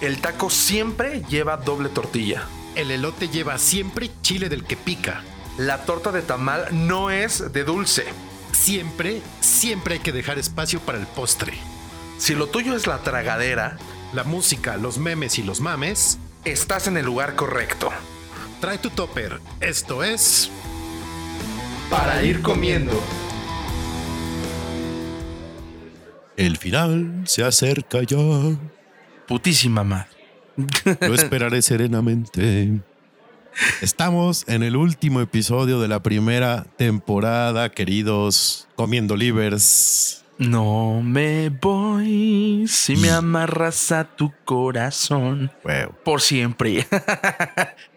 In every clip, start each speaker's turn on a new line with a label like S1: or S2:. S1: El taco siempre lleva doble tortilla.
S2: El elote lleva siempre chile del que pica.
S1: La torta de tamal no es de dulce.
S2: Siempre, siempre hay que dejar espacio para el postre.
S1: Si lo tuyo es la tragadera,
S2: La música, los memes y los mames.
S1: estás en el lugar correcto.
S2: Trae tu topper. Esto es.
S1: Para ir comiendo.
S3: El final se acerca ya.
S4: Putísima madre.
S3: Lo esperaré serenamente. Estamos en el último episodio de la primera temporada, queridos comiendo livers.
S4: No me voy si me amarras a tu corazón
S3: Wow.
S4: por siempre.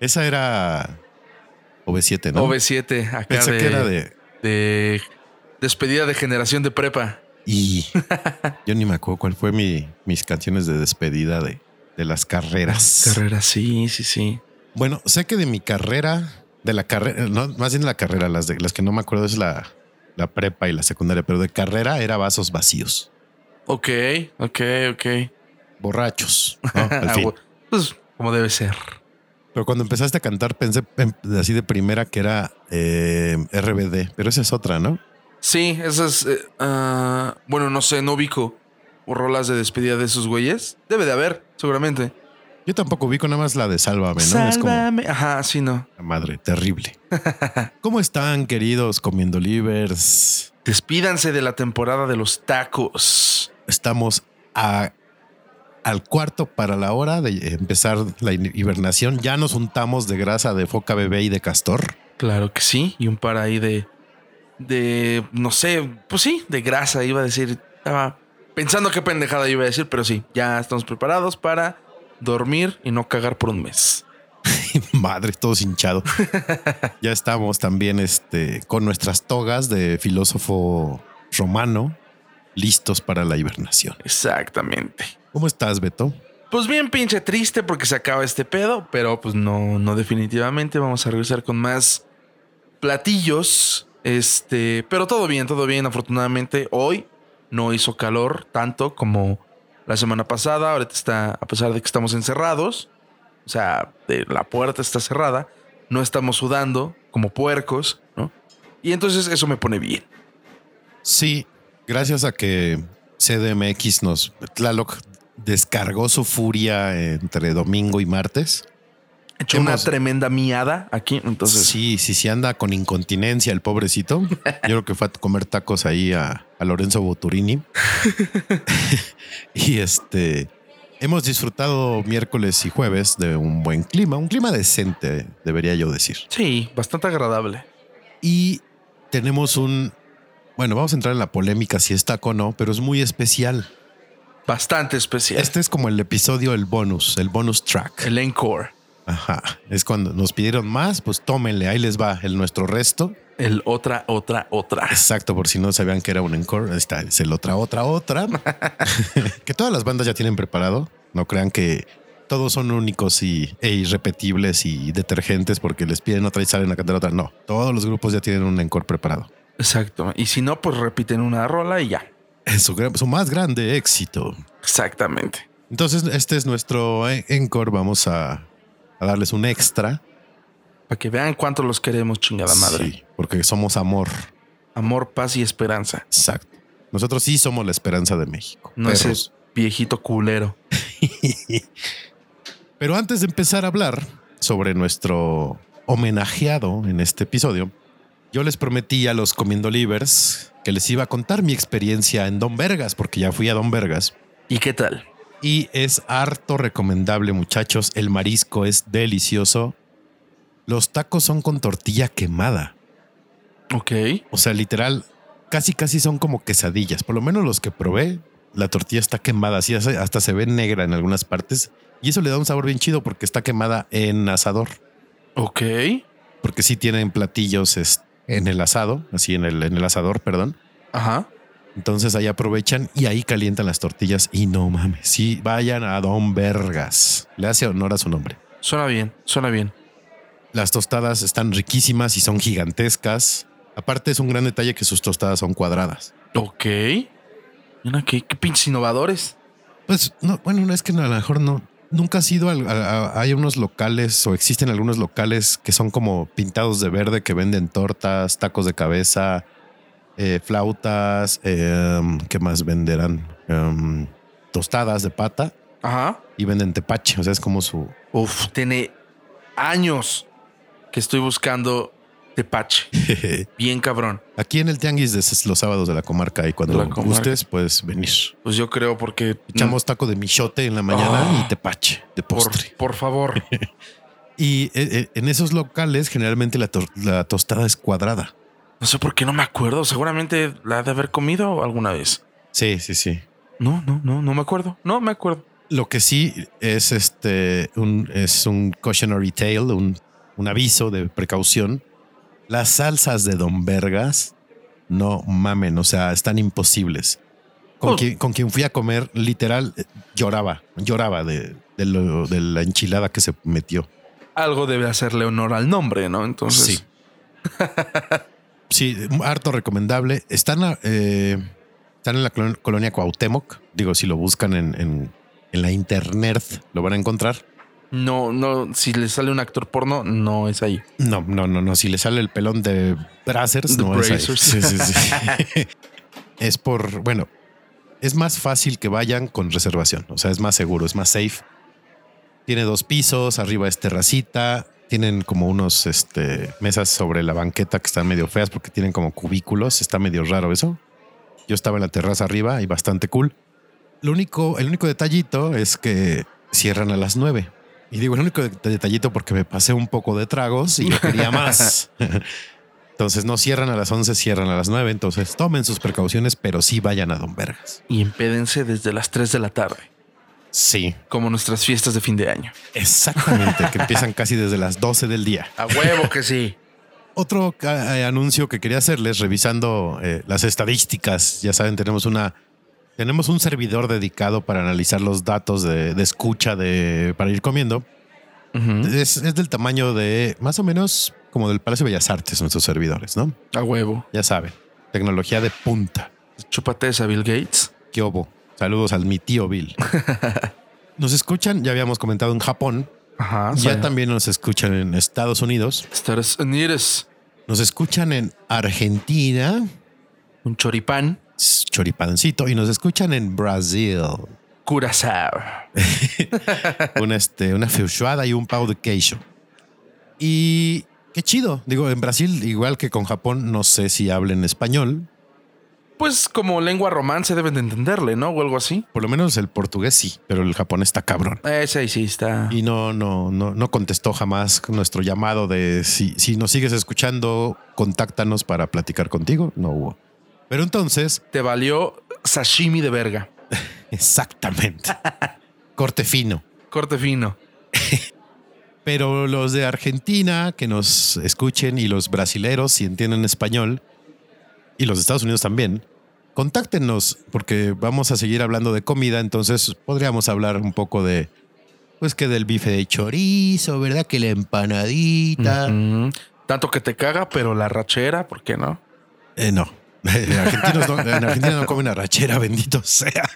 S3: Esa era OV7, ¿no?
S4: OV7, acá
S3: Pensé
S4: de,
S3: que era de.
S4: de despedida de generación de prepa.
S3: Y yo ni me acuerdo cuál fue mi, mis canciones de despedida de, de las carreras.
S4: Carrera, sí, sí, sí.
S3: Bueno, sé que de mi carrera, de la carrera, no, más bien de la carrera, las, de, las que no me acuerdo es la, la prepa y la secundaria, pero de carrera era vasos vacíos,
S4: Ok, ok, ok.
S3: borrachos. ¿no? Al
S4: Ah,
S3: fin.
S4: güey. Pues como debe ser.
S3: Pero cuando empezaste a cantar, pensé en- así de primera que era eh, RBD, pero esa es otra, ¿no?
S4: Sí, esas. eh, ah, bueno, no sé, no ubico rolas de despedida de esos güeyes. Debe de haber, seguramente.
S3: Yo tampoco ubico nada más la de Sálvame, ¿no? Es como
S4: Sálvame. Ajá, sí, no.
S3: la madre, terrible. ¿Cómo están, queridos comiendo livers?
S4: Despídanse de la temporada de los tacos.
S3: estamos a- al cuarto para la hora de empezar la hi- hibernación. Ya nos untamos de grasa de foca bebé y de castor.
S4: Claro que sí. Y un par ahí de. De. No sé, pues sí, de grasa, iba a decir. Estaba pensando qué pendejada iba a decir, pero sí, ya estamos preparados para dormir y no cagar por un mes.
S3: Madre, todo hinchado. ya estamos también este, con nuestras togas de filósofo romano, listos para la hibernación.
S4: Exactamente.
S3: ¿Cómo estás, Beto?
S4: Pues bien pinche triste porque se acaba este pedo, pero pues no, no definitivamente vamos a regresar con más platillos. Este, pero todo bien, todo bien, afortunadamente hoy no hizo calor tanto como la semana pasada. Ahorita está, a pesar de que estamos encerrados, o sea, de- la puerta está cerrada, no estamos sudando como puercos, ¿no? Y entonces eso me pone bien.
S3: Sí, gracias a que CDMX nos, Tlaloc descargó su furia entre domingo y martes.
S4: He hecho una
S3: Hemos-
S4: tremenda miada aquí, entonces
S3: sí, sí, sí anda con incontinencia el pobrecito. Yo creo que fue a comer tacos ahí a, a Lorenzo Boturini. y este, hemos disfrutado miércoles y jueves de un buen clima, un clima decente, debería yo decir.
S4: sí, bastante agradable.
S3: Y tenemos un, bueno, vamos a entrar en la polémica si es taco o no, pero es muy especial.
S4: Bastante especial.
S3: Este es como el episodio, el bonus, el bonus track.
S4: El encore.
S3: Ajá, es cuando nos pidieron más, pues tómenle, ahí les va el nuestro resto.
S4: El otra, otra, otra.
S3: Exacto, por si no sabían que era un encore, ahí está, es el otra, otra, otra. que todas las bandas ya tienen preparado. No crean que todos son únicos y, e irrepetibles y detergentes porque les piden otra y salen a cantar otra. No, todos los grupos ya tienen un encore preparado.
S4: Exacto. Y si no, pues repiten una rola y ya.
S3: Es su, gran- su más grande éxito.
S4: Exactamente.
S3: Entonces, este es nuestro en- encore. Vamos a, a darles un extra.
S4: Para que vean cuánto los queremos, chingada madre.
S3: Sí, porque somos amor.
S4: Amor, paz y esperanza.
S3: Exacto. Nosotros sí somos la esperanza de México.
S4: No es
S3: Perros.
S4: ese viejito culero.
S3: Pero antes de empezar a hablar sobre nuestro homenajeado en este episodio, yo les prometí a los comiendo livers que les iba a contar mi experiencia en Don Vergas, porque ya fui a Don Vergas.
S4: ¿Y qué tal?
S3: Y es harto recomendable, muchachos. El marisco es delicioso. Los tacos son con tortilla quemada.
S4: Ok.
S3: O sea, literal, casi casi son como quesadillas. Por lo menos los que probé, la tortilla está quemada, así hace- hasta se ve negra en algunas partes. Y eso le da un sabor bien chido porque está quemada en asador.
S4: Ok.
S3: Porque sí tienen platillos es- en el asado, así en el, en el asador, perdón.
S4: Ajá.
S3: Entonces ahí aprovechan y ahí calientan las tortillas. Y no mames, sí, vayan a Don Vergas. Le hace honor a su nombre.
S4: Suena bien, suena bien.
S3: Las tostadas están riquísimas y son gigantescas. Aparte es un gran detalle que sus tostadas son cuadradas.
S4: Ok. Mira, qué, qué pinches innovadores.
S3: Pues no, bueno, no es que no, a lo mejor no, nunca has ido al- a- a- hay unos locales o existen algunos locales que son como pintados de verde que venden tortas, tacos de cabeza, eh, flautas, eh, ¿qué más venderán? Em, tostadas de pata
S4: Ajá.
S3: y venden tepache, o sea, es como su
S4: Uf, tiene años que estoy buscando tepache. Bien cabrón.
S3: Aquí en el Tianguis de s- los sábados de la comarca y cuando
S4: De la comarca.
S3: gustes puedes venir.
S4: Pues yo creo porque...
S3: Echamos taco de michote en la mañana
S4: Ah.
S3: y tepache de
S4: por,
S3: postre.
S4: por favor.
S3: Y eh, eh, en esos locales generalmente la, tor- la tostada es cuadrada.
S4: No sé por qué no me acuerdo. Seguramente la he de haber comido alguna vez.
S3: Sí, sí, sí.
S4: No, no, no, no me acuerdo. No me acuerdo.
S3: Lo que sí es este un, es un cautionary tale, un, un aviso de precaución. Las salsas de Don Vergas no mamen, o sea, están imposibles. Con,
S4: Oh.
S3: quien, con quien fui a comer, literal, eh, lloraba, lloraba de, de lo- de la enchilada que se metió.
S4: Algo debe hacerle honor al nombre, ¿no? Entonces...
S3: Sí. Sí, harto recomendable. Están, eh, están en la colon- colonia Cuauhtémoc. Digo, si lo buscan en, en- en la internet, lo van a encontrar.
S4: No, no, si le sale un actor porno, no es ahí.
S3: No, no, no, no. Si le sale el pelón de Brazzers,
S4: The
S3: no es ahí.
S4: Brazzers.
S3: Sí, sí, sí. es por, bueno, es más fácil que vayan con reservación. O sea, es más seguro, es más safe. Tiene dos pisos, arriba es terracita. Tienen como unos este, mesas sobre la banqueta que están medio feas porque tienen como cubículos. Está medio raro eso. Yo estaba en la terraza arriba y bastante cool. Lo único, el único detallito es que cierran a las nueve. Y digo el único de- detallito porque me pasé un poco de tragos y yo quería más. entonces no cierran a las 11, cierran a las 9. Entonces tomen sus precauciones, pero sí vayan a Don Vergas.
S4: Y impédense desde las 3 de la tarde,
S3: Sí,
S4: como nuestras fiestas de fin de año.
S3: exactamente, que empiezan casi desde las 12 del día.
S4: A huevo que sí.
S3: Otro ca- eh, anuncio que quería hacerles, revisando eh, las estadísticas, ya saben, tenemos una tenemos un servidor dedicado para analizar los datos de, de escucha de para ir comiendo.
S4: Ujú.
S3: Es, es del tamaño de más o menos como del Palacio de Bellas Artes, nuestros servidores, ¿no?
S4: A huevo.
S3: Ya saben, tecnología de punta.
S4: Chúpate esa, Bill Gates.
S3: ¿Qué obo? Saludos al mi tío Bill. Nos escuchan, ya habíamos comentado en Japón,
S4: Ajá.
S3: ya
S4: sí.
S3: también nos escuchan en Estados Unidos,
S4: Estados Unidos.
S3: nos escuchan en Argentina,
S4: Un choripán.
S3: choripancito, y nos escuchan en Brasil.
S4: Curazao.
S3: Una, este, una feijoada y un pau de queijo. Y qué chido. Digo, en Brasil, igual que con Japón, no sé si hablen español.
S4: Pues como lengua romance deben de entenderle, ¿no? O algo así.
S3: Por lo menos el portugués sí, pero el japonés está cabrón.
S4: Ese ahí sí está.
S3: Y no, no, no, no contestó jamás nuestro llamado de si, si nos sigues escuchando, contáctanos para platicar contigo. No hubo. Pero entonces,
S4: Te valió sashimi de verga.
S3: exactamente. corte fino.
S4: Corte fino.
S3: Pero los de Argentina que nos escuchen y los brasileros si entienden español y los de Estados Unidos también, contáctenos porque vamos a seguir hablando de comida. Entonces podríamos hablar un poco de, pues que del bife de chorizo, ¿verdad? Que la empanadita.
S4: Ujú. Tanto que te caga, pero la rachera, ¿por qué no?
S3: Eh, no. Argentinos no- en Argentina no comen arrachera, bendito sea.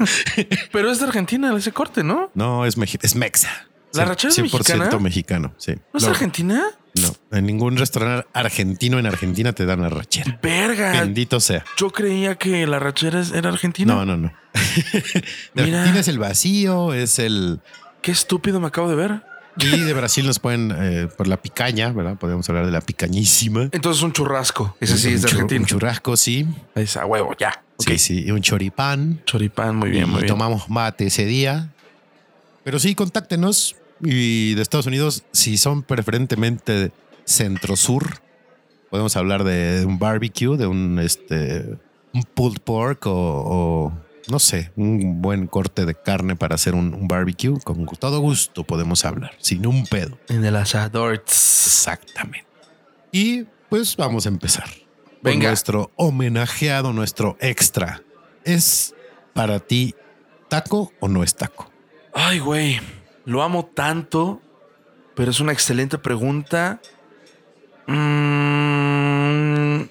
S4: Pero es de Argentina ese corte, ¿no?
S3: No, es, mexi- es mexa.
S4: ¿La arrachera es mexicana?
S3: mexicano, sí.
S4: ¿No es
S3: Lo-
S4: Argentina?
S3: no, en ningún restaurante argentino en Argentina te dan arrachera.
S4: Verga.
S3: Bendito sea.
S4: Yo creía que la rachera es- era argentina.
S3: No, no, no. De
S4: Mira.
S3: Argentina es el vacío, es el...
S4: Qué estúpido me acabo de ver.
S3: Y de Brasil nos pueden, eh, por la picaña, ¿verdad? Podemos hablar de la picañísima.
S4: Entonces un churrasco. Ese sí
S3: Un
S4: es de
S3: chur-
S4: Argentina.
S3: Un churrasco, sí.
S4: Es a huevo, ya. Ok.
S3: Sí, sí. Y un choripán.
S4: Choripán, muy bien,
S3: y
S4: muy bien.
S3: tomamos mate ese día. Pero sí, contáctenos. Y de Estados Unidos, si son preferentemente centro-sur, podemos hablar de un barbecue, de un, este, un pulled pork o, o, no sé, un buen corte de carne para hacer un, un barbecue. Con todo gusto podemos hablar, sin un pedo.
S4: En el asador.
S3: Exactamente. Y pues vamos a empezar. con
S4: Venga.
S3: nuestro homenajeado, nuestro extra. ¿Es para ti taco o no es taco?
S4: Ay, güey. Lo amo tanto, pero es una excelente pregunta. Mm,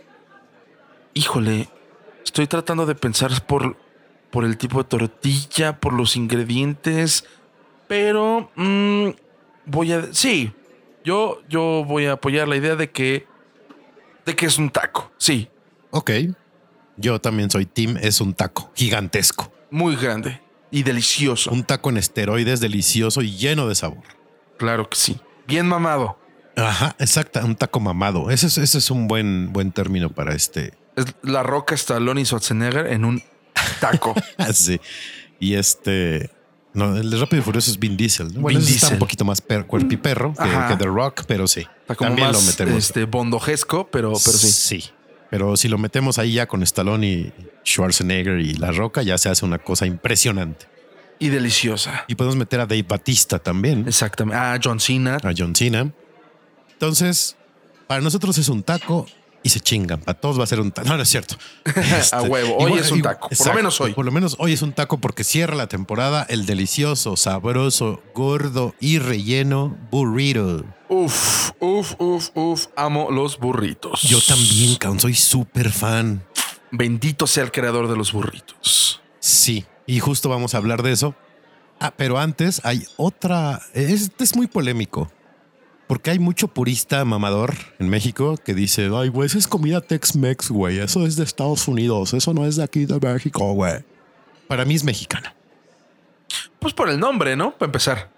S4: híjole. Estoy tratando de pensar por, por el tipo de tortilla, por los ingredientes, Pero mm, voy a. Sí, yo, yo voy a apoyar la idea de que. de que es un taco. Sí,
S3: Ok. Yo también soy Tim. Es un taco gigantesco.
S4: muy grande y delicioso.
S3: Un taco en esteroides delicioso y lleno de sabor.
S4: Claro que sí. Bien mamado.
S3: Ajá, exacta. Un taco mamado. Ese es, ese es un buen, buen término para este.
S4: Es la roca Stallone y Schwarzenegger en un taco.
S3: Ah, sí. Y este. No, el de Rápido y Furioso es Vin Diesel. ¿no? Bueno,
S4: Vin
S3: ese está
S4: Diesel.
S3: un poquito más per, cuerpiperro que,
S4: Ajá.
S3: que The Rock, pero sí.
S4: Está como
S3: También
S4: más
S3: lo metemos.
S4: este, bondojesco, pero, pero sí.
S3: Pero si lo metemos ahí ya con Stallone y Schwarzenegger y La Roca, ya se hace una cosa impresionante.
S4: Y deliciosa.
S3: Y podemos meter a Dave Batista también,
S4: Exactamente. Ah, John Cena.
S3: a John Cena. Entonces, para nosotros es un taco y se chingan. Para todos va a ser un taco. No, no es cierto. Este,
S4: A huevo. Hoy
S3: igual-
S4: es un
S3: igual-
S4: taco. Por lo
S3: exacto.
S4: menos hoy.
S3: Por lo menos hoy es un taco porque cierra la temporada el delicioso, sabroso, gordo y relleno burrito.
S4: Uf, uf, uf, uf. Amo los burritos.
S3: Yo también, cabrón, soy súper fan.
S4: Bendito sea el creador de los burritos.
S3: Sí, y justo vamos a hablar de eso. Ah, pero antes hay otra. Es, es muy polémico. Porque hay mucho purista mamador en México que dice: Ay, güey, eso es comida Tex-Mex, güey. Eso es de Estados Unidos. Eso no es de aquí de México, güey. Para mí es mexicana.
S4: Pues por el nombre, ¿no? Para empezar.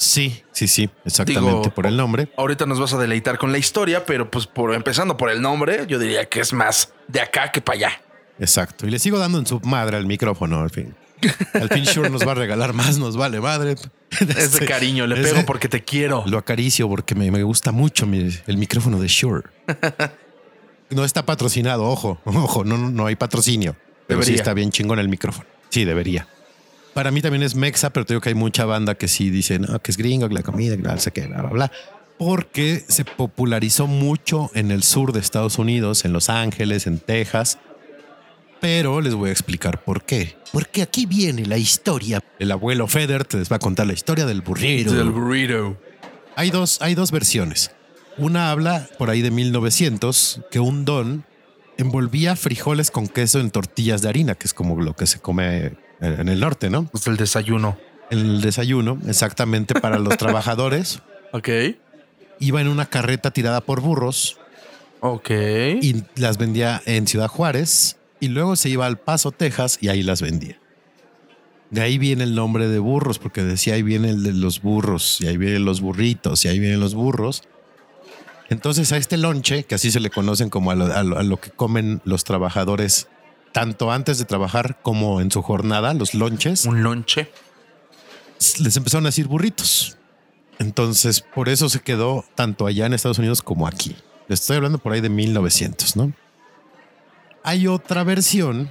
S3: Sí, sí, sí, exactamente
S4: Digo,
S3: por el nombre.
S4: Ahorita nos vas a deleitar con la historia, pero pues por empezando por el nombre, yo diría que es más de acá que para allá.
S3: Exacto. Y le sigo dando en su madre al micrófono, al fin. Al fin, Shure nos va a regalar más, nos vale madre.
S4: Es de
S3: Este,
S4: cariño, le
S3: es
S4: pego
S3: de-
S4: porque te quiero.
S3: Lo acaricio porque me, me gusta mucho mi- el micrófono de Shure. No está patrocinado, ojo, ojo, no, no hay patrocinio. Pero sí
S4: Debería.
S3: está bien chingón el micrófono. Sí, debería. Para mí también es mexa, pero te digo que hay mucha banda que sí dicen "No, que es gringo, que la comida, que la no sé qué, bla, bla, bla. Porque se popularizó mucho en el sur de Estados Unidos, en Los Ángeles, en Texas. Pero les voy a explicar por qué. Porque aquí viene la historia. El abuelo Feder te les va a contar la historia del burrero.
S4: Del burrito.
S3: Hay dos, hay dos versiones. Una habla por ahí de 1900 que un don envolvía frijoles con queso en tortillas de harina, que es como lo que se come eh, en el norte, ¿no?
S4: Pues del desayuno.
S3: En el desayuno, exactamente para los trabajadores.
S4: Ok.
S3: Iba en una carreta tirada por burros
S4: Ok.
S3: y las vendía en Ciudad Juárez y luego se iba al Paso, Texas y ahí las vendía. De ahí viene el nombre de burros, porque decía ahí viene el de los burros y ahí vienen los burritos y ahí vienen los burros. Entonces a este lonche, que así se le conocen como a lo, a lo- a lo que comen los trabajadores tanto antes de trabajar como en su jornada, los lonches,
S4: Un lonche.
S3: les empezaron a decir burritos. Entonces, por eso se quedó tanto allá en Estados Unidos como aquí. Les estoy hablando por ahí de 1900, ¿no? Hay otra versión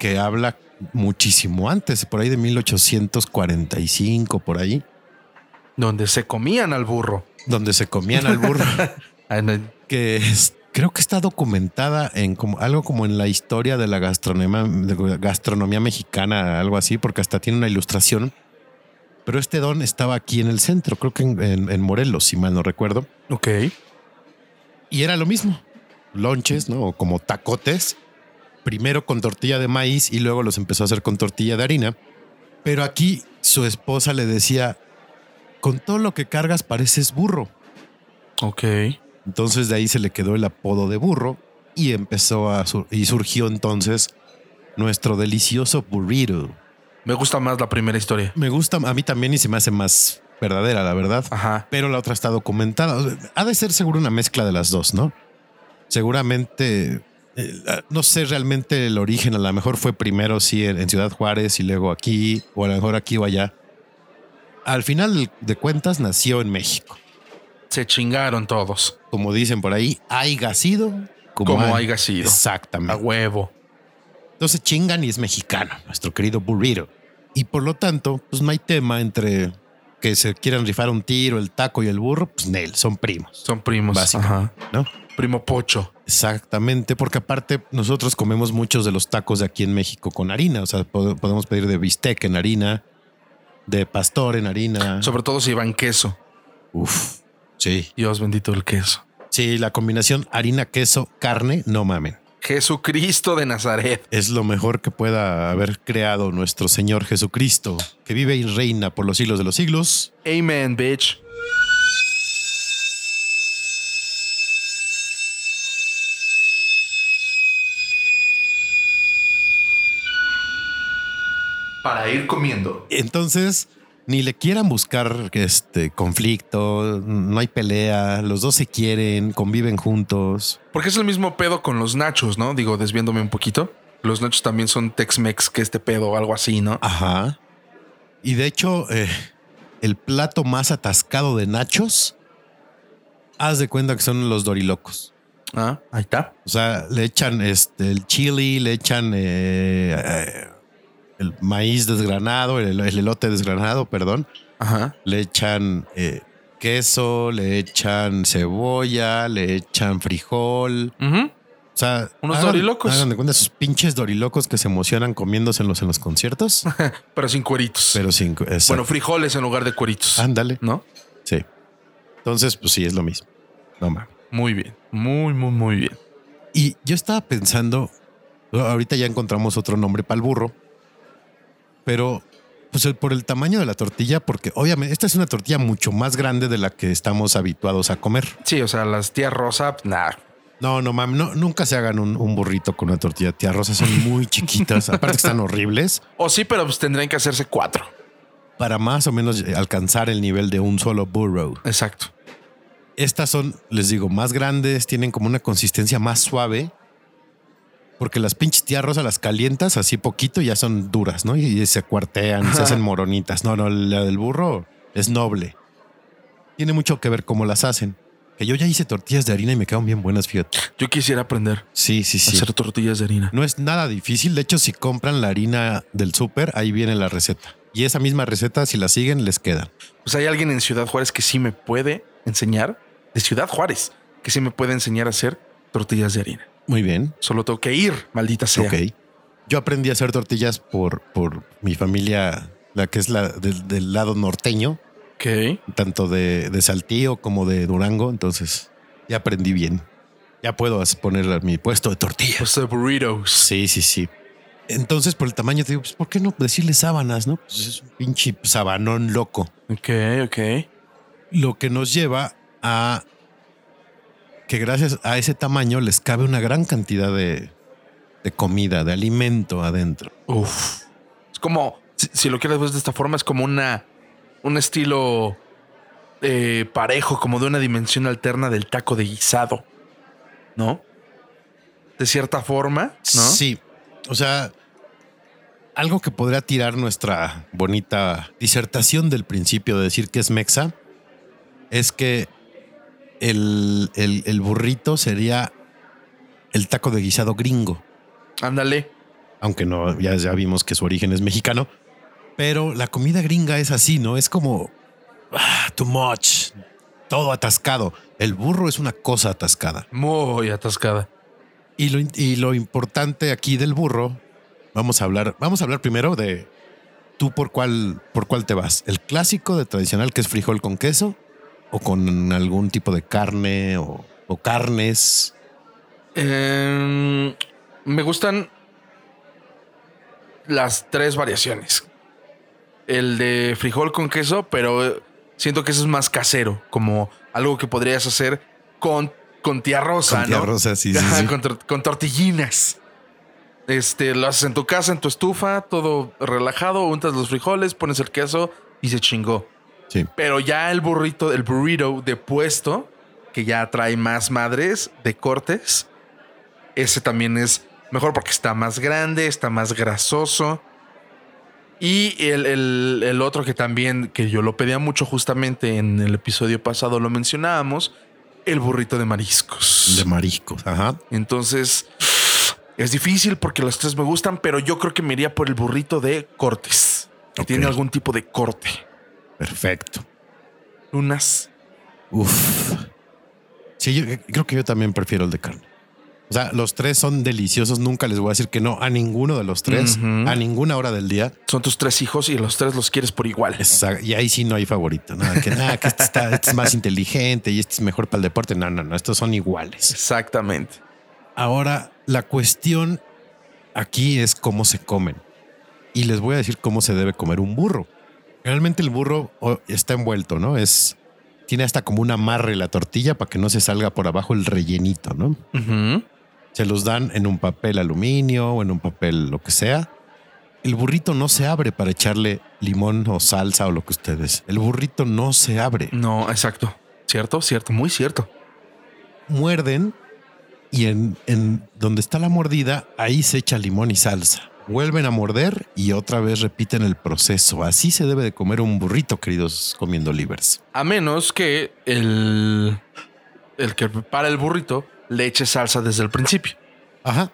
S3: que habla muchísimo antes, por ahí de 1845, por ahí,
S4: Donde se comían al burro.
S3: donde se comían al burro,
S4: En el-
S3: que es- creo que está documentada en como, algo como en la historia de la gastronomía, de gastronomía mexicana, algo así, porque hasta tiene una ilustración. Pero este don estaba aquí en el centro, creo que en- en- en Morelos, si mal no recuerdo.
S4: Ok.
S3: Y era lo mismo. Lonches, ¿no? O como tacotes. Primero con tortilla de maíz y luego los empezó a hacer con tortilla de harina. Pero aquí su esposa le decía, con todo lo que cargas pareces burro.
S4: Ok.
S3: Entonces de ahí se le quedó el apodo de burro y empezó a... sur- y surgió entonces nuestro delicioso burrito.
S4: Me gusta más la primera historia.
S3: Me gusta a mí también y se me hace más verdadera, la verdad.
S4: Ajá.
S3: pero la otra está documentada. O sea, Ha de ser seguro una mezcla de las dos, ¿no? Seguramente, eh, la- no sé realmente el origen, a lo mejor fue primero sí en, en Ciudad Juárez y luego aquí, o a lo mejor aquí o allá. Al final de cuentas nació en México.
S4: Se chingaron todos.
S3: Como dicen por ahí, haiga sido como,
S4: Como
S3: hay-
S4: haya sido.
S3: Exactamente.
S4: A huevo.
S3: Entonces chingan y es mexicano, nuestro querido burrito. Y por lo tanto, pues no hay tema entre que se quieran rifar un tiro, el taco y el burro, pues Nel, son primos.
S4: Son primos.
S3: Básico.
S4: Ajá.
S3: ¿No?
S4: Primo pocho.
S3: Exactamente, porque aparte nosotros comemos muchos de los tacos de aquí en México con harina, o sea, pod- podemos pedir de bistec en harina, de pastor en harina.
S4: Sobre todo si van queso.
S3: Uf, sí.
S4: Dios bendito el queso.
S3: Sí, la combinación harina, queso, carne, no mamen.
S4: Jesucristo de Nazaret.
S3: Es lo mejor que pueda haber creado nuestro Señor Jesucristo, que vive y reina por los siglos de los siglos.
S4: Amen, bitch.
S1: Para ir comiendo.
S3: Entonces, ni le quieran buscar este conflicto, no hay pelea, los dos se quieren, conviven juntos.
S4: Porque es el mismo pedo con los nachos, ¿no? Digo, desviándome un poquito. Los nachos también son Tex-Mex que este pedo o algo así, ¿no?
S3: Ajá. Y de hecho, eh, el plato más atascado de nachos, haz de cuenta que son los dorilocos.
S4: Ah, ahí está.
S3: O sea, le echan este, el chili, le echan eh, eh, el maíz desgranado, el, el elote desgranado, perdón.
S4: Ajá.
S3: Le echan eh, queso, le echan cebolla, le echan frijol.
S4: Ujú.
S3: O sea,
S4: Unos dorilocos.
S3: Hagan de cuenta esos pinches dorilocos que se emocionan comiéndose en los, en los conciertos,
S4: Pero sin cueritos.
S3: pero sin. exacto.
S4: bueno, frijoles en lugar de cueritos.
S3: ándale.
S4: ¿No?
S3: Sí. Entonces, pues sí, es lo mismo. No mames.
S4: Muy bien. Muy, muy, muy bien.
S3: Y yo estaba pensando, ahorita ya encontramos otro nombre para el burro, pero pues el- por el tamaño de la tortilla, porque obviamente esta es una tortilla mucho más grande de la que estamos habituados a comer.
S4: Sí, o sea, las tías Rosa, nah.
S3: No, no mames, no, nunca se hagan un, un burrito con una tortilla. Tía Rosa son muy chiquitas, aparte que están horribles,
S4: O sí, pero pues tendrían que hacerse cuatro.
S3: para más o menos alcanzar el nivel de un solo burro.
S4: Exacto.
S3: Estas son, les digo, más grandes, tienen como una consistencia más suave. Porque las pinches tías rosas las calientas así poquito y ya son duras, ¿no? Y se cuartean, se hacen moronitas. No, no, la del burro es noble. Tiene mucho que ver cómo las hacen. Que yo ya hice tortillas de harina y me quedan bien buenas, fíjate.
S4: Yo quisiera aprender
S3: Sí, sí,
S4: a
S3: sí.
S4: hacer tortillas de harina.
S3: No es nada difícil. De hecho, si compran la harina del súper, ahí viene la receta. Y esa misma receta, si la siguen, les queda.
S4: Pues hay alguien en Ciudad Juárez que sí me puede enseñar, de Ciudad Juárez, que sí me puede enseñar a hacer tortillas de harina.
S3: Muy bien.
S4: Solo tengo que ir, maldita sea.
S3: Ok. Yo aprendí a hacer tortillas por, por mi familia, la que es la del, del lado norteño,
S4: Ok.
S3: tanto de, de Saltillo como de Durango. Entonces ya aprendí bien. Ya puedo as- poner a mi puesto de tortillas.
S4: Pues de burritos.
S3: Sí, sí, sí. Entonces, por el tamaño, te digo, pues, ¿por qué no decirle sábanas? No, pues es un pinche sabanón loco.
S4: Ok, ok.
S3: Lo que nos lleva a que gracias a ese tamaño les cabe una gran cantidad de, de comida, de alimento adentro.
S4: Uf. Es como, si, si lo quieres ver de esta forma, es como una, un estilo eh, parejo, como de una dimensión alterna del taco de guisado. ¿No? De cierta forma, ¿no?
S3: Sí. O sea, algo que podría tirar nuestra bonita disertación del principio de decir que es mexa es que el, el- el burrito sería el taco de guisado gringo,
S4: Ándale.
S3: aunque no, ya, ya vimos que su origen es mexicano, pero la comida gringa es así, ¿no? Es como ah, too much, todo atascado. El burro es una cosa atascada.
S4: Muy atascada.
S3: Y lo, y lo importante aquí del burro, vamos a hablar, vamos a hablar primero de tú por cuál, por cuál te vas. El clásico de tradicional que es frijol con queso o con algún tipo de carne o, o carnes.
S4: Em, me gustan las tres variaciones. El de frijol con queso, pero eh, siento que eso es más casero, como algo que podrías hacer con, con tía Rosa,
S3: Con tía
S4: ¿no?
S3: Rosa, sí, sí,
S4: Ajá,
S3: sí.
S4: Con, tor- con tortillinas. Este, lo haces en tu casa, en tu estufa, todo relajado, untas los frijoles, pones el queso y se chingó.
S3: Sí.
S4: Pero ya el burrito, el burrito de puesto, que ya trae más madres de cortes, ese también es mejor porque está más grande, está más grasoso. Y el, el- el otro que también, que yo lo pedía mucho justamente en el episodio pasado, lo mencionábamos, el burrito de mariscos.
S3: De mariscos. Ajá.
S4: Entonces, es difícil porque los tres me gustan, pero yo creo que me iría por el burrito de cortes. Que
S3: Ok.
S4: tiene algún tipo de corte.
S3: Perfecto.
S4: Unas.
S3: Uf. Sí, yo creo que yo también prefiero el de carne. O sea, los tres son deliciosos. Nunca les voy a decir que no a ninguno de los tres,
S4: Ujú.
S3: a ninguna hora del día.
S4: Son tus tres hijos y los tres los quieres por igual.
S3: Exacto. Y ahí sí no hay favorito. Nada que, nada, que este, está, este es más inteligente y este es mejor para el deporte. No, no, no. Estos son iguales.
S4: Exactamente.
S3: Ahora, La cuestión aquí es cómo se comen. Y les voy a decir cómo se debe comer un burro. Realmente el burro oh, está envuelto, ¿no? Es tiene hasta como un amarre la tortilla para que no se salga por abajo el rellenito, ¿no?
S4: Ujú.
S3: Se los dan en un papel aluminio o en un papel lo que sea. El burrito no se abre para echarle limón o salsa o lo que ustedes. El burrito no se abre.
S4: No, exacto. Cierto, cierto, muy cierto.
S3: Muerden y en, en donde está la mordida, ahí se echa limón y salsa. Vuelven a morder y otra vez repiten el proceso. Así se debe de comer un burrito, queridos comiendo livers.
S4: A menos que el, el que prepara el burrito le eche salsa desde el principio.
S3: Ajá.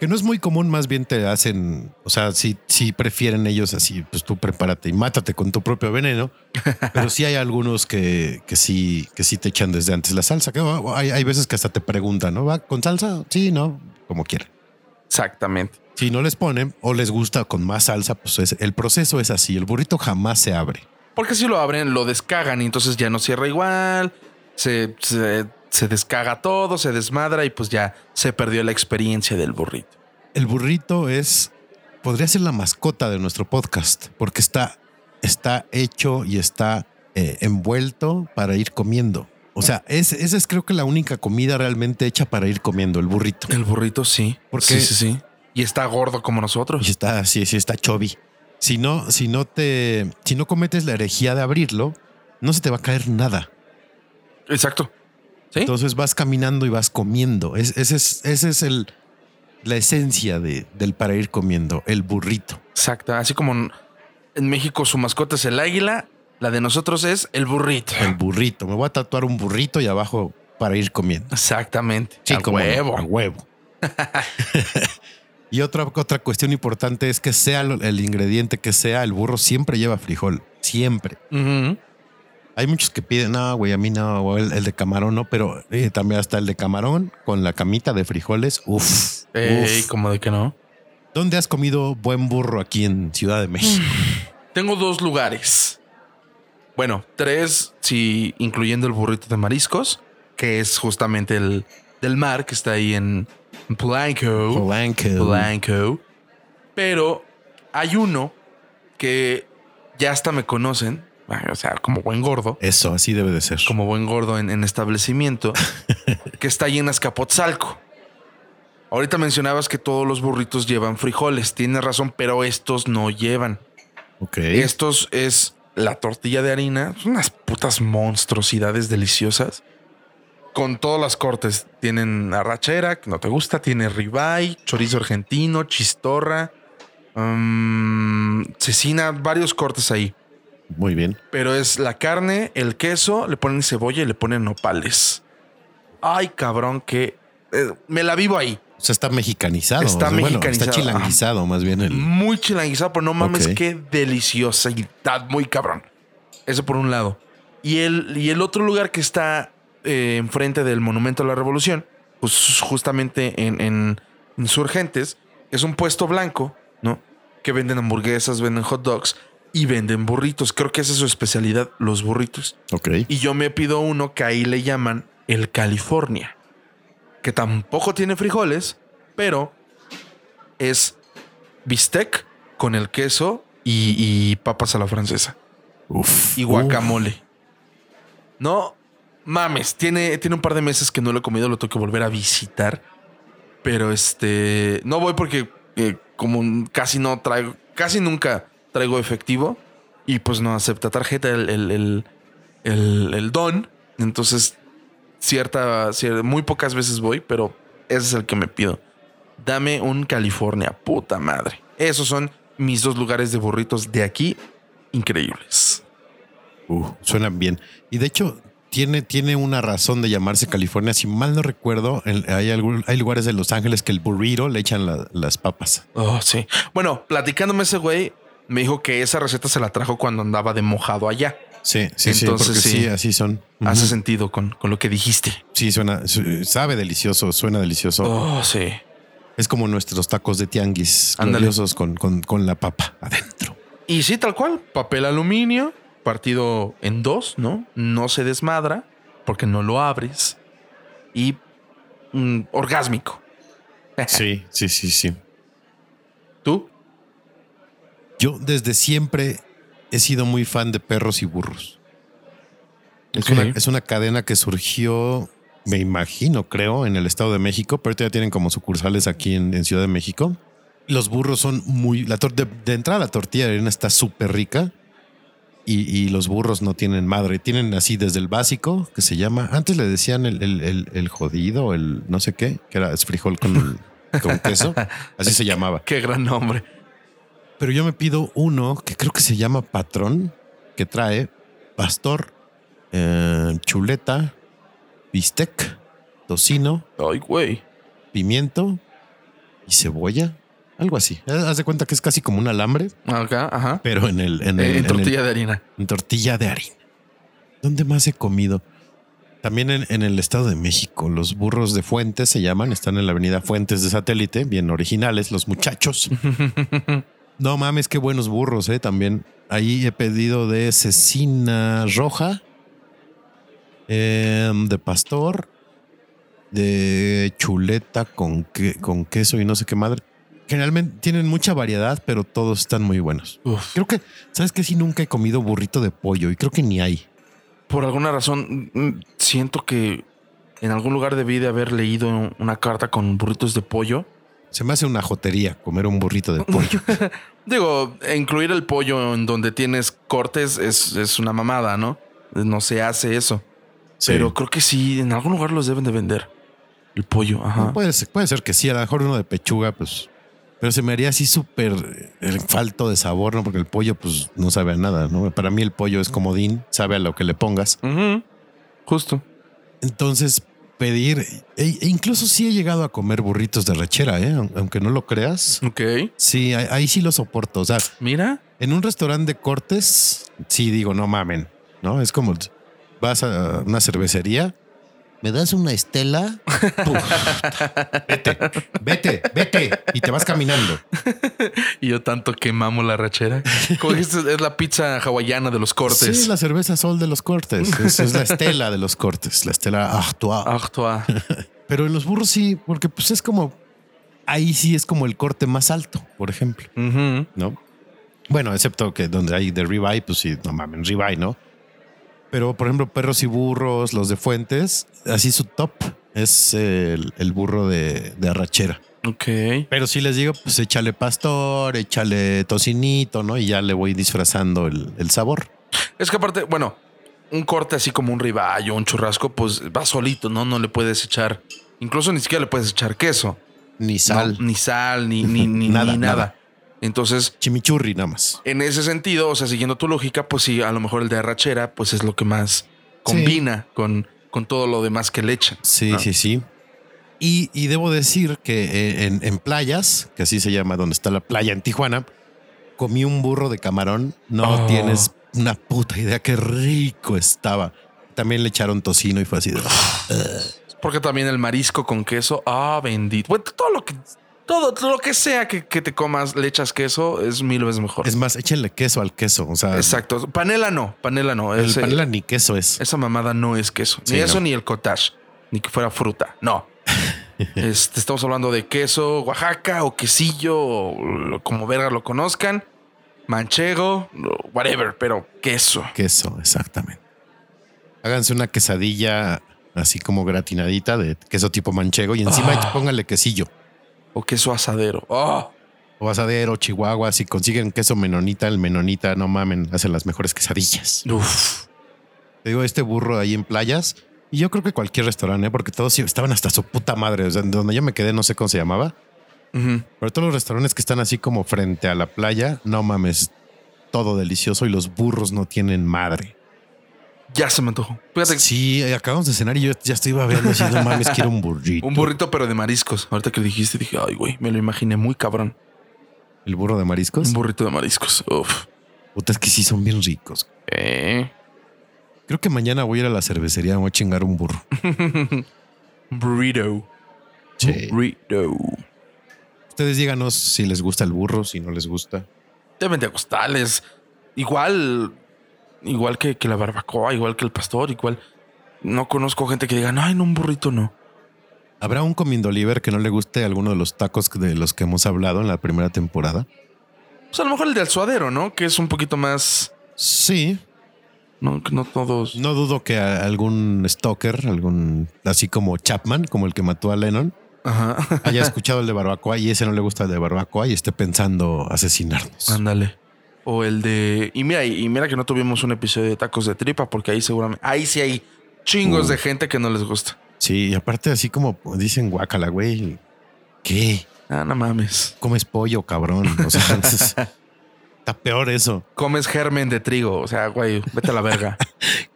S3: Que no es muy común, más bien te hacen, o sea, si, si prefieren ellos así, pues tú prepárate y mátate con tu propio veneno. Pero sí hay algunos que, que sí, que sí te echan desde antes la salsa. Que oh, hay, hay veces que hasta te preguntan, ¿no? ¿Va con salsa? Sí, no, como quieran.
S4: Exactamente.
S3: Si no les ponen o les gusta con más salsa, pues es- el proceso es así. El burrito jamás se abre.
S4: Porque si lo abren, lo descagan y entonces ya no cierra igual, se, se, se descaga todo, se desmadra y pues ya se perdió la experiencia del burrito.
S3: El burrito es, podría ser la mascota de nuestro podcast, porque está, está hecho y está eh, envuelto para ir comiendo. O sea, es- esa es creo que la única comida realmente hecha para ir comiendo, el burrito.
S4: El burrito sí.
S3: ¿Por
S4: Sí,
S3: qué?
S4: sí, sí. Y está gordo como
S3: Y
S4: nosotros.
S3: está así, sí, está chovi. Si no, si no te, si no cometes la herejía de abrirlo, no se te va a caer nada.
S4: Exacto. ¿Sí?
S3: Entonces vas caminando y vas comiendo. Es, ese es, ese es el, la esencia de, del para ir comiendo, el burrito.
S4: Exacto. Así como en en México su mascota es el águila, la de nosotros es el burrito.
S3: El burrito. Me voy a tatuar un burrito y abajo para ir comiendo.
S4: Exactamente.
S3: Sí,
S4: A
S3: cómo no,
S4: huevo.
S3: a huevo. y otra, otra cuestión importante es que sea lo- el ingrediente que sea, el burro siempre lleva frijol. Siempre.
S4: Ujú.
S3: Hay muchos que piden, no, güey, a mí no, o el, el de camarón no, pero eh, también hasta el de camarón con la camita de frijoles. Uf.
S4: Ey,
S3: uf.
S4: como de que no.
S3: ¿Dónde has comido buen burro aquí en Ciudad de México?
S4: Tengo dos lugares. Bueno, tres, si incluyendo el burrito de mariscos, que es justamente el del mar que está ahí en Polanco.
S3: Polanco.
S4: Polanco. Pero hay uno que ya hasta me conocen, o sea, como buen gordo,
S3: Eso, así debe de ser.
S4: como buen gordo en, en establecimiento, que está ahí en Azcapotzalco. Ahorita mencionabas que todos los burritos llevan frijoles, tienes razón, pero estos no llevan.
S3: Ok.
S4: Estos es la tortilla de harina, son unas putas monstruosidades deliciosas. Con todas las cortes. Tienen arrachera, que no te gusta, tiene ribeye, chorizo argentino, chistorra, mm, cecina, varios cortes ahí.
S3: Muy bien.
S4: Pero es la carne, el queso, le ponen cebolla y le ponen nopales. Ay, cabrón, que eh, me la vivo ahí.
S3: O sea, está mexicanizado.
S4: Está
S3: o sea, bueno,
S4: mexicanizado, Mm.
S3: está chilanguizado, más bien el.
S4: Muy chilanguizada, pero no mames,
S3: Ok.
S4: qué deliciosidad, muy cabrón. Eso por un lado. Y el, y el otro lugar que está eh, enfrente del Monumento a la Revolución, pues justamente en, en Insurgentes, es un puesto blanco, ¿no? Que venden hamburguesas, venden hot dogs y venden burritos. Creo que esa es su especialidad, los burritos.
S3: Ok.
S4: Y yo me pido uno que ahí le llaman el California, que tampoco tiene frijoles, pero es bistec con el queso y, y papas a la francesa
S3: Uf.
S4: y guacamole. No mames, tiene, tiene un par de meses que no lo he comido, lo tengo que volver a visitar. Pero este, no voy porque eh, como n- casi no traigo, casi nunca traigo efectivo y pues no acepta tarjeta el, el, el- el- el don. Entonces, cierta, cier- muy pocas veces voy, pero ese es el que me pido. Dame un California, puta madre. Esos son mis dos lugares de burritos de aquí increíbles.
S3: Uh, suenan bien. Y de hecho, tiene, tiene una razón de llamarse California. Si mal no recuerdo, en- hay, algún- hay lugares de Los Ángeles que el burrito le echan la- las papas.
S4: Oh, sí. Bueno, platicándome ese güey, me dijo que esa receta se la trajo cuando andaba de mojado allá.
S3: Sí, sí,
S4: Entonces,
S3: sí. Porque sí.
S4: sí.
S3: así son.
S4: Hace
S3: Ujú.
S4: sentido con, con lo que dijiste.
S3: Sí, suena, su- sabe delicioso, suena delicioso.
S4: Oh, sí.
S3: Es como nuestros tacos de tianguis,
S4: Ándale.
S3: gloriosos con, con, con la papa adentro.
S4: Y sí, tal cual. Papel aluminio, partido en dos, ¿no? No se desmadra porque no lo abres. Y mm, orgásmico.
S3: Sí, sí, sí, sí.
S4: ¿Tú?
S3: Yo desde siempre he sido muy fan de perros y burros. Es,
S4: Ok.
S3: una, es una cadena que surgió, me imagino, creo, en el Estado de México, pero ahorita ya tienen como sucursales aquí en, en Ciudad de México. Los burros son muy... La tor- de, de entrada la tortilla de harina está súper rica y, y los burros no tienen madre. Tienen así desde el básico, que se llama... Antes le decían el, el- el- el jodido, el no sé qué, que era es frijol con, con queso. Así se llamaba.
S4: Qué gran nombre.
S3: Pero yo me pido uno que creo que se llama patrón, que trae pastor, eh, chuleta, bistec, tocino,
S4: Ay, güey.
S3: pimiento y cebolla. Algo así. Eh, Haz de cuenta que es casi como un alambre,
S4: Acá, ajá.
S3: pero en el en, el-
S4: Eh, en
S3: en el-
S4: tortilla de harina.
S3: en tortilla de harina. ¿Dónde más he comido? También en, en el Estado de México, los burros de Fuentes se llaman, están en la avenida Fuentes de Satélite, bien originales, los muchachos. No mames, qué buenos burros, eh. También ahí he pedido de cecina roja, em, de pastor, de chuleta con, que- con queso y no sé qué madre. Generalmente tienen mucha variedad, pero todos están muy buenos.
S4: Uf.
S3: Creo que, ¿sabes qué? Si nunca he comido burrito de pollo y creo que ni hay.
S4: Por alguna razón, mm, siento que en algún lugar debí de haber leído una carta con burritos de pollo.
S3: Se me hace una jotería comer un burrito de pollo.
S4: Digo, e incluir el pollo en donde tienes cortes es, es una mamada, ¿no? No se hace eso. Pero
S3: Pero
S4: creo que sí, en algún lugar los deben de vender. El pollo, ajá.
S3: puede ser, puede ser que sí, a lo mejor uno de pechuga, pues. Pero se me haría así súper eh, falto de sabor, ¿no? Porque el pollo, pues, no sabe a nada, ¿no? Para mí el pollo es comodín, sabe a lo que le pongas.
S4: Ujú. Justo.
S3: Entonces, pedir, e- e incluso sí he llegado a comer burritos de rechera, ¿eh? Aunque no lo creas.
S4: Ok.
S3: Sí, ahí- ahí sí lo soporto. O sea,
S4: Mira.
S3: En un restaurante de cortes, sí digo, no mamen, ¿no? Es como vas a una cervecería, me das una estela, Puf, vete, vete, vete, y te vas caminando.
S4: Y yo tanto que mamo la rachera. Como dijiste, es la pizza hawaiana de los cortes.
S3: Sí, la cerveza sol de los cortes, es, es la estela de los cortes, la estela actual.
S4: Artois.
S3: Pero en los burros sí, porque pues es como, ahí sí es como el corte más alto, por ejemplo,
S4: Ujú.
S3: ¿no? Bueno, excepto que donde hay de ribeye, pues sí, no mamen, ribeye, ¿no? Pero, por ejemplo, perros y burros, los de Fuentes, así su top es el, el burro de, de arrachera.
S4: Ok.
S3: Pero si les digo, pues échale pastor, échale tocinito, ¿no? Y ya le voy disfrazando el, el sabor.
S4: Es que aparte, bueno, un corte así como un riballo, un churrasco, pues va solito, ¿no? No le puedes echar. Incluso ni siquiera le puedes echar queso.
S3: Ni sal,
S4: No, ni sal, ni, ni, ni- ni nada,
S3: Nada, nada.
S4: Entonces,
S3: chimichurri nada más.
S4: en ese sentido, o sea, siguiendo tu lógica, pues sí, a lo mejor el de arrachera, pues es lo que más combina con, con todo lo demás que le echan.
S3: Sí,
S4: Ah.
S3: sí, sí. Y, y debo decir que eh, en, en playas, que así se llama donde está la playa en Tijuana, comí un burro de camarón. No
S4: Oh.
S3: tienes una puta idea qué rico estaba. También le echaron tocino y fue así de...
S4: Porque también el marisco con queso, ah, bendito. Bueno, todo lo que, todo, todo lo que sea que, que te comas, le echas queso, es mil veces mejor.
S3: Es más, échenle queso al queso. O sea,
S4: Exacto. Panela no, panela no.
S3: el
S4: Ese-
S3: panela ni queso es.
S4: Esa mamada no es queso. Ni
S3: Sí,
S4: eso
S3: no.
S4: ni el cottage. Ni que fuera fruta. No. Este, estamos hablando de queso Oaxaca o quesillo, o lo- como verga lo conozcan. Manchego, o whatever, pero queso.
S3: Queso, exactamente. Háganse una quesadilla así como gratinadita de queso tipo manchego y encima
S4: Ah.
S3: pónganle quesillo.
S4: O queso asadero. Oh,
S3: O asadero, chihuahua, si consiguen queso menonita, el menonita, no mamen, hace las mejores quesadillas.
S4: uf.
S3: Te digo, este burro ahí en playas. Y yo creo que cualquier restaurante, ¿eh? porque todos estaban hasta su puta madre. O sea, donde yo me quedé, no sé cómo se llamaba.
S4: Ujú.
S3: Pero todos los restaurantes que están así como frente a la playa, no mames, todo delicioso y los burros no tienen madre.
S4: Ya se me antojó. Fíjate,
S3: Sí, eh, acabamos de cenar y yo ya estoy babeando así, no mames, quiero un burrito.
S4: un burrito, pero de mariscos. Ahorita que lo dijiste, dije, ay, güey, me lo imaginé muy cabrón.
S3: ¿El burro de mariscos?
S4: Un burrito de mariscos. Uf.
S3: Puta, es que sí son bien ricos.
S4: Eh.
S3: Creo que mañana voy a ir a la cervecería, me voy a chingar un burro.
S4: Burrito.
S3: Sí.
S4: Burrito.
S3: Ustedes díganos si les gusta el burro, si no les gusta.
S4: deben de gustarles. Igual, igual que, que la barbacoa, igual que el pastor, igual. No conozco gente que diga, no, en un burrito no.
S3: ¿Habrá un comiendo liber que no le guste alguno de los tacos de los que hemos hablado en la primera temporada?
S4: Pues a lo mejor el del suadero, ¿no? Que es un poquito más.
S3: Sí,
S4: No, no todos.
S3: no dudo que a- algún stalker, algún así como Chapman, como el que mató a Lennon,
S4: Ajá.
S3: haya escuchado el de barbacoa y ese no le gusta el de barbacoa y esté pensando asesinarnos.
S4: Ándale. O el de. Y mira, y mira que no tuvimos un episodio de tacos de tripa, porque ahí seguramente. Ahí sí hay chingos
S3: Uh.
S4: de gente que no les gusta.
S3: Sí, y aparte así como dicen guacala, güey. ¿Qué?
S4: Ah, no mames.
S3: ¿Comes pollo, cabrón? O sea, entonces, está peor eso.
S4: Comes germen de trigo. O sea, güey, vete a la verga.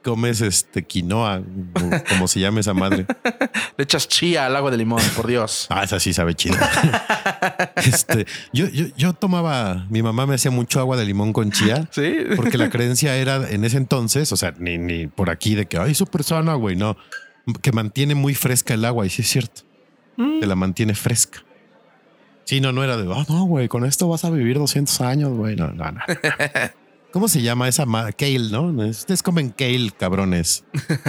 S3: Comes este quinoa, o como se llame esa madre.
S4: Le echas chía al agua de limón, por Dios.
S3: Ah, esa sí sabe chido. Este, yo, yo, yo tomaba, mi mamá me hacía mucho agua de limón con chía.
S4: Sí.
S3: Porque la creencia era en ese entonces, o sea, ni, ni por aquí de que, ay, súper sana, güey, no. Que mantiene muy fresca el agua, y sí es cierto. Te la mantiene fresca. Sí, no, no era de, ah, no, güey, con esto vas a vivir 200 años, güey. No, no, no. ¿Cómo se llama esa? ma- Kale, ¿no? Ustedes comen kale, cabrones.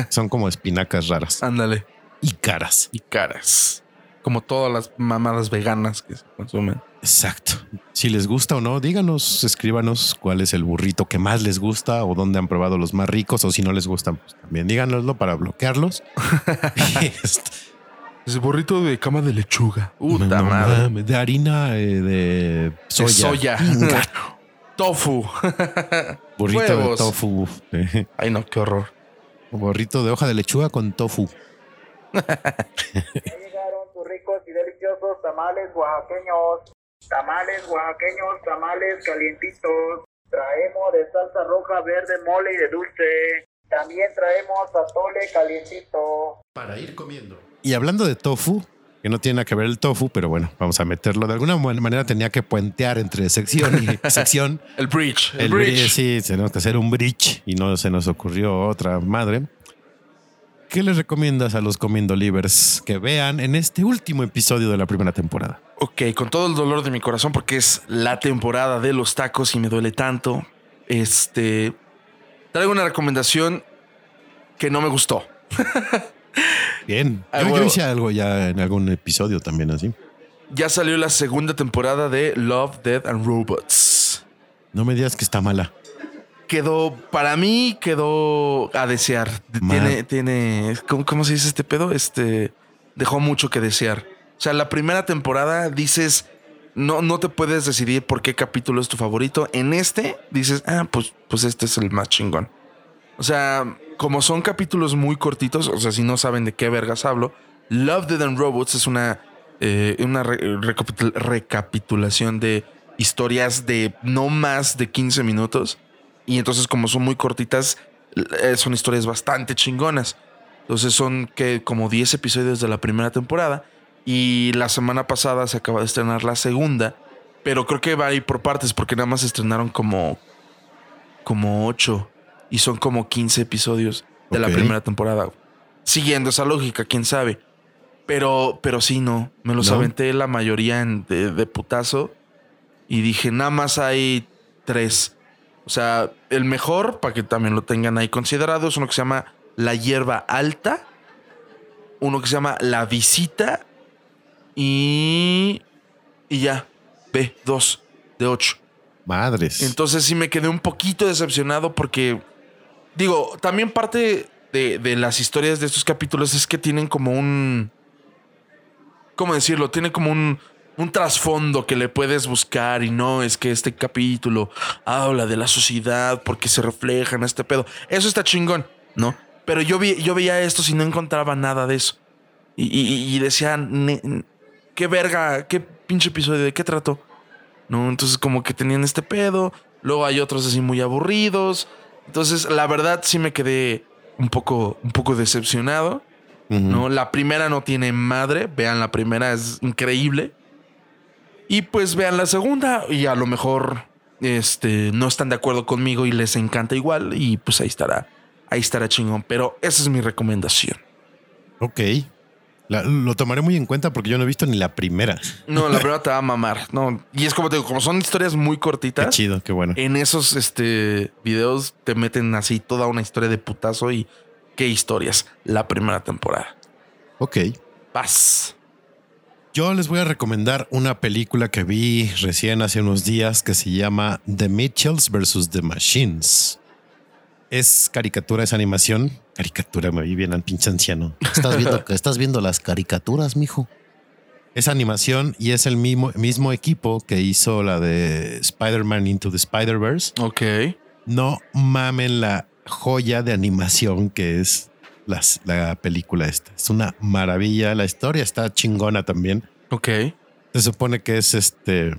S3: Son como espinacas raras
S4: Ándale.
S3: y caras.
S4: Y caras. Como todas las mamadas veganas que se consumen.
S3: Exacto. Si les gusta o no, díganos, escríbanos cuál es el burrito que más les gusta o dónde han probado los más ricos o si no les gustan, pues también díganoslo para bloquearlos. Este,
S4: Ese burrito de cama de lechuga.
S3: no
S4: Puta madre.
S3: mames, De harina, eh, de
S4: De
S3: soya.
S4: soya.
S3: Inga,
S4: Tofu.
S3: Burrito
S4: Huevos.
S3: de tofu. eh,
S4: Ay, no, qué horror.
S3: Burrito de hoja de lechuga con tofu.
S5: Ya llegaron sus ricos y deliciosos tamales oaxaqueños. Tamales oaxaqueños, tamales calientitos. Traemos de salsa roja, verde, mole y de dulce. También traemos atole calientito.
S2: Para ir comiendo.
S3: Y hablando de tofu, que no tiene nada que ver el tofu, pero bueno, vamos a meterlo. De alguna manera tenía que puentear entre sección y sección.
S4: El bridge. El,
S3: El
S4: bridge.
S3: bridge, sí, tenemos que hacer un bridge y no se nos ocurrió otra madre. ¿Qué les recomiendas a los comiendo livers que vean en este último episodio de la primera temporada?
S4: Ok, con todo el dolor de mi corazón, porque es la temporada de los tacos y me duele tanto. Este. Traigo una recomendación que no me gustó.
S3: Bien.
S4: Ah,
S3: Yo, yo
S4: huevo.
S3: hice algo ya en algún episodio también así.
S4: Ya salió la segunda temporada de Love, Dead and Robots.
S3: No me digas que está mala.
S4: Quedó, para mí, quedó a desear.
S3: Ma-
S4: Tiene, tiene, ¿cómo, cómo se dice este pedo? Este, dejó mucho que desear. O sea, la primera temporada dices, no, no te puedes decidir por qué capítulo es tu favorito. En este dices, ah, pues, pues este es el más chingón. O sea, como son capítulos muy cortitos, o sea, si no saben de qué vergas hablo, Love, Dead and Robots es una, eh, una re- recapitul- recapitulación de historias de no más de 15 minutos. Y entonces, como son muy cortitas, eh, son historias bastante chingonas. Entonces, son que como 10 episodios de la primera temporada. Y la semana pasada se acaba de estrenar la segunda. Pero creo que va a ir por partes porque nada más estrenaron como, como 8 y son como 15 episodios de la
S3: Ok.
S4: primera temporada. Siguiendo esa lógica, quién sabe. Pero, pero sí, no. Me los
S3: ¿No?
S4: aventé la mayoría en- de, de putazo. Y dije, nada más hay tres. O sea, el mejor, para que también lo tengan ahí considerado, es uno que se llama La Hierba Alta. Uno que se llama La Visita. Y. Y ya. Ve, dos de ocho.
S3: Madres.
S4: Entonces sí me quedé un poquito decepcionado porque, digo, también parte de, de las historias de estos capítulos es que tienen como un, ¿cómo decirlo? Tiene como un, un trasfondo que le puedes buscar y no es que este capítulo habla de la sociedad porque se refleja en este pedo. Eso está chingón, ¿no? Pero yo, vi, yo veía esto y no encontraba nada de eso. Y, y- y decía, "Ne- qué verga, qué pinche episodio, ¿de qué trato? ¿no? Entonces como que tenían este pedo, luego hay otros así muy aburridos. Entonces la verdad sí me quedé un poco, un poco decepcionado,
S3: Ujú.
S4: ¿no? La primera no tiene madre, vean la primera, es increíble. Y pues vean la segunda y a lo mejor este, no están de acuerdo conmigo y les encanta igual y pues ahí estará, ahí estará chingón. Pero esa es mi recomendación.
S3: Ok. La- lo tomaré muy en cuenta porque yo no he visto ni la primera.
S4: No, la primera te va a mamar, no. Y es como te digo, como son historias muy
S3: Qué
S4: cortitas.
S3: chido, qué bueno.
S4: en esos este, videos te meten así toda una historia de putazo y qué historias la primera temporada.
S3: Ok.
S4: Paz.
S3: Yo les voy a recomendar una película que vi recién hace unos días que se llama The Mitchells vs. The Machines. Es caricatura, es animación. Caricatura, me vi bien al pinche anciano.
S2: ¿Estás viendo, estás viendo las caricaturas, mijo.
S3: Es animación y es el mismo, mismo equipo que hizo la de Spider-Man Into the Spider-Verse.
S4: Ok.
S3: No mamen la joya de animación que es las- la película esta. Es una maravilla. La historia está chingona también.
S4: Ok.
S3: Se supone que es este.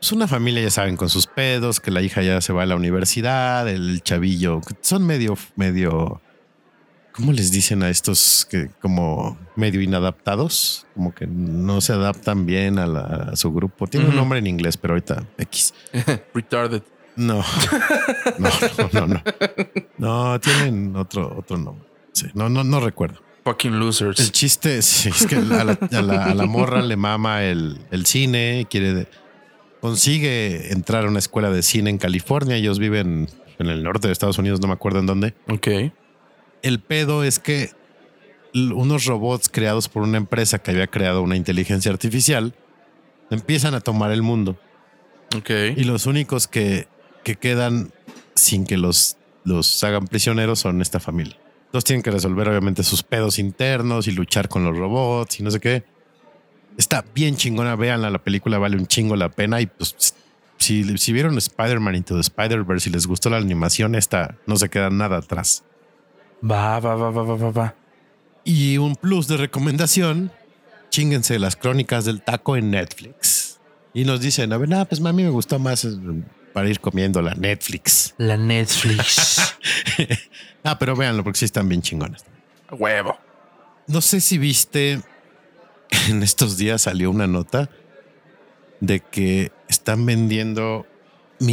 S3: Es una familia, ya saben, con sus pedos, que la hija ya se va a la universidad, el chavillo. Son medio, medio. ¿Cómo les dicen a estos que como medio inadaptados? Como que no se adaptan bien a, la- a su grupo. Tiene un
S4: Ujú.
S3: nombre en inglés, pero ahorita X.
S4: Retarded.
S3: No. No, no, no, no. No, tienen otro, otro nombre. Sí, no, no, no recuerdo.
S4: Fucking
S3: El
S4: losers.
S3: chiste es, es que a la, a la- a la morra le mama el, el cine, quiere consigue entrar a una escuela de cine en California. Ellos viven en el norte de Estados Unidos, no me acuerdo en dónde.
S4: Ok.
S3: El pedo es que l- unos robots creados por una empresa que había creado una inteligencia artificial empiezan a tomar el mundo
S4: Ok.
S3: y los únicos que, que quedan sin que los, los hagan prisioneros son esta familia. Entonces tienen que resolver obviamente sus pedos internos y luchar con los robots y no sé qué. Está bien chingona, véanla, la película vale un chingo la pena y pues si, si vieron Spider-Man Into the Spider-Verse y les gustó la animación, esta no se queda nada atrás.
S4: Va, va, va, va, va, va, va.
S3: Y un plus de recomendación, chinguense las crónicas del taco en Netflix. Y nos dicen, a ver, nada, pues mami me gustó más eh, para ir comiendo la Netflix.
S4: La Netflix.
S3: ah, pero véanlo porque sí están bien chingones.
S4: A Huevo.
S3: No sé si viste, en estos días salió una nota de que están vendiendo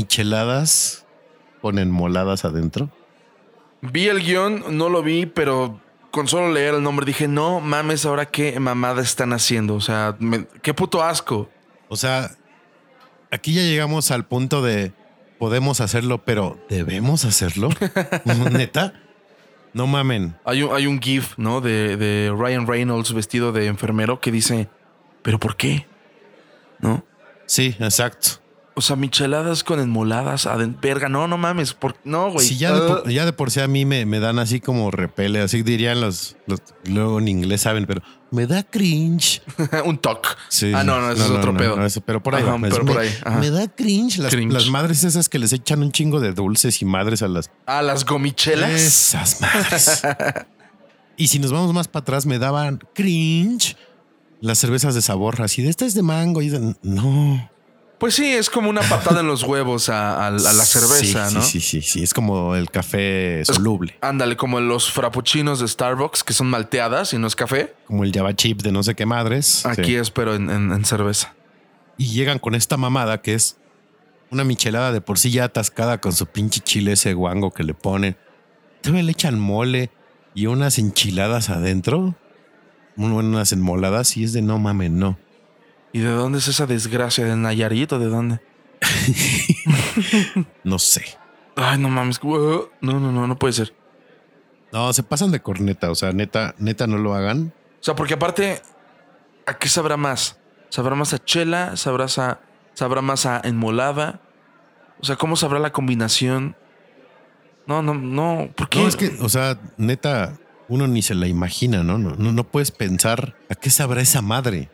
S3: micheladas con enmoladas adentro.
S4: Vi el guión, no lo vi, pero con solo leer el nombre dije, no mames, ahora qué mamada están haciendo. O sea, me- qué puto asco.
S3: O sea, aquí ya llegamos al punto de podemos hacerlo, pero ¿debemos hacerlo? Neta, no mamen.
S4: Hay un, hay un GIF, ¿no? De, de Ryan Reynolds vestido de enfermero que dice, ¿pero por qué? ¿No?
S3: Sí, exacto.
S4: O sea, micheladas con enmoladas. aden- Verga, no, no mames. Por, no, güey.
S3: Si ya de, por,
S4: Ah,
S3: ya de por sí a mí me, me dan así como repele, así dirían los, los- luego en inglés saben, pero me da cringe.
S4: un toc.
S3: Sí,
S4: ah, no, no, ese es otro
S3: no,
S4: pedo.
S3: no, eso, pero por ahí,
S4: Ajá,
S3: va, es-
S4: pero
S3: me,
S4: por ahí, ajá.
S3: me da cringe las,
S4: Cringe.
S3: las madres esas que les echan un chingo de dulces y madres a las
S4: Ah, las gomichelas.
S3: Esas madres. y si nos vamos más para atrás, me daban cringe las cervezas de sabor, así de esta es de mango. Y de- no.
S4: Pues sí, es como una patada en los huevos a, a- a la cerveza,
S3: Sí,
S4: ¿no?
S3: Sí, sí, sí, sí. Es como el café soluble,
S4: Ándale, como los frappuccinos de Starbucks, que son malteadas y no es café.
S3: como el Java chip de no sé qué madres.
S4: Aquí
S3: Sí.
S4: es, pero en, en- en cerveza.
S3: Y llegan con esta mamada que es una michelada de por sí ya atascada con su pinche chile ese guango que le ponen. Todavía le echan mole y unas enchiladas adentro. Un- Unas enmoladas y es de no mames, no.
S4: ¿Y de dónde es esa desgracia? ¿De Nayarit o de dónde?
S3: No sé.
S4: Ay, no mames. No, no, no, no puede ser.
S3: No, se pasan de corneta, o sea, neta, neta no lo hagan.
S4: O sea, porque aparte, ¿a qué sabrá más? ¿Sabrá más a chela? ¿Sabrá, a- sabrá más a enmolada? O sea, ¿cómo sabrá la combinación? No, no, no. ¿Por qué?
S3: No, es que, o sea, neta, uno ni se la imagina, ¿no? No, no, no puedes pensar a qué sabrá esa madre.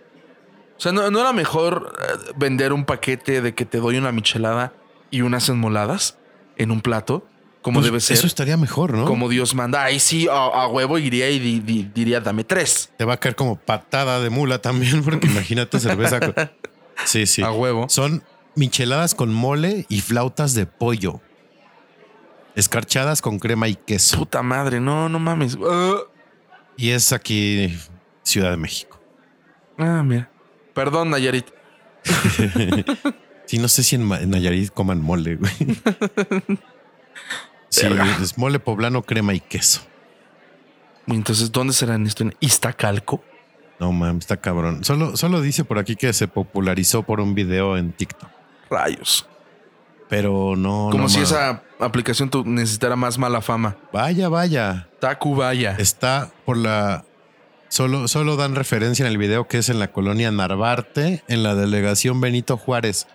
S4: O sea, ¿no, no era mejor eh, vender un paquete de que te doy una michelada y unas enmoladas en un plato? Como
S3: Pues,
S4: debe ser.
S3: Eso estaría mejor, ¿no?
S4: Como Dios manda. Ahí sí, a, a huevo iría y di- di- diría, dame tres.
S3: Te va a caer como patada de mula también, porque imagínate cerveza. con- Sí, sí.
S4: A huevo.
S3: Son micheladas con mole y flautas de pollo. Escarchadas con crema y queso.
S4: Puta madre, no, no mames. Ah,
S3: Y es aquí, Ciudad de México.
S4: ah, mira. Perdón, Nayarit.
S3: Sí, no sé si en, Ma- en Nayarit coman mole, güey. Sí,
S4: Verga.
S3: es mole poblano, crema y queso.
S4: Entonces, ¿dónde serán esto? ¿En Iztacalco?
S3: No mames, está cabrón. Solo, solo dice por aquí que se popularizó por un video en TikTok.
S4: Rayos.
S3: Pero no.
S4: Como
S3: no
S4: si
S3: mames.
S4: esa aplicación tu- necesitara más mala fama.
S3: Vaya, vaya.
S4: Tacubaya.
S3: Está por la Solo, solo dan referencia en el video que es en la colonia Narvarte, en la delegación Benito Juárez.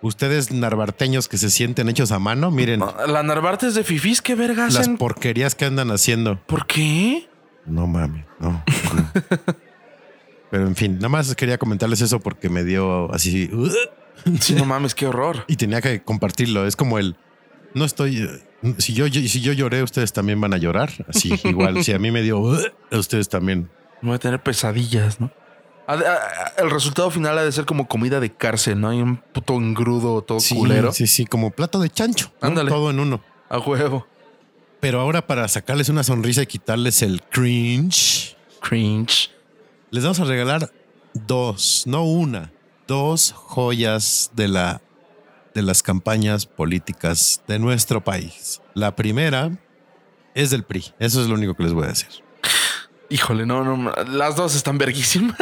S3: Ustedes narvarteños que se sienten hechos a mano, miren
S4: Ah, La Narvarte es de fifis, qué verga
S3: las
S4: hacen.
S3: porquerías que andan haciendo.
S4: ¿Por qué?
S3: No mames, no. no. Pero en fin, nada más quería comentarles eso porque me dio así "Ugh",
S4: Sí, no mames, qué horror.
S3: y tenía que compartirlo. Es como el no estoy. eh, Si yo, si yo lloré, ustedes también van a llorar. Así igual. si a mí me dio, "Ugh", a ustedes también.
S4: Me Voy a tener pesadillas, ¿no? Ha de- ha- El resultado final ha de ser como comida de cárcel, ¿no? Hay un puto engrudo todo
S3: Sí,
S4: culero.
S3: Sí, sí, como plato de chancho. ¿no?
S4: Ándale.
S3: Todo en uno.
S4: A huevo.
S3: Pero ahora para sacarles una sonrisa y quitarles el cringe,
S4: Cringe.
S3: les vamos a regalar dos, no una, dos joyas de la de las campañas políticas de nuestro país. La primera es del PRI. Eso es lo único que les voy a decir.
S4: Híjole, no, no. Las dos están verguísimas.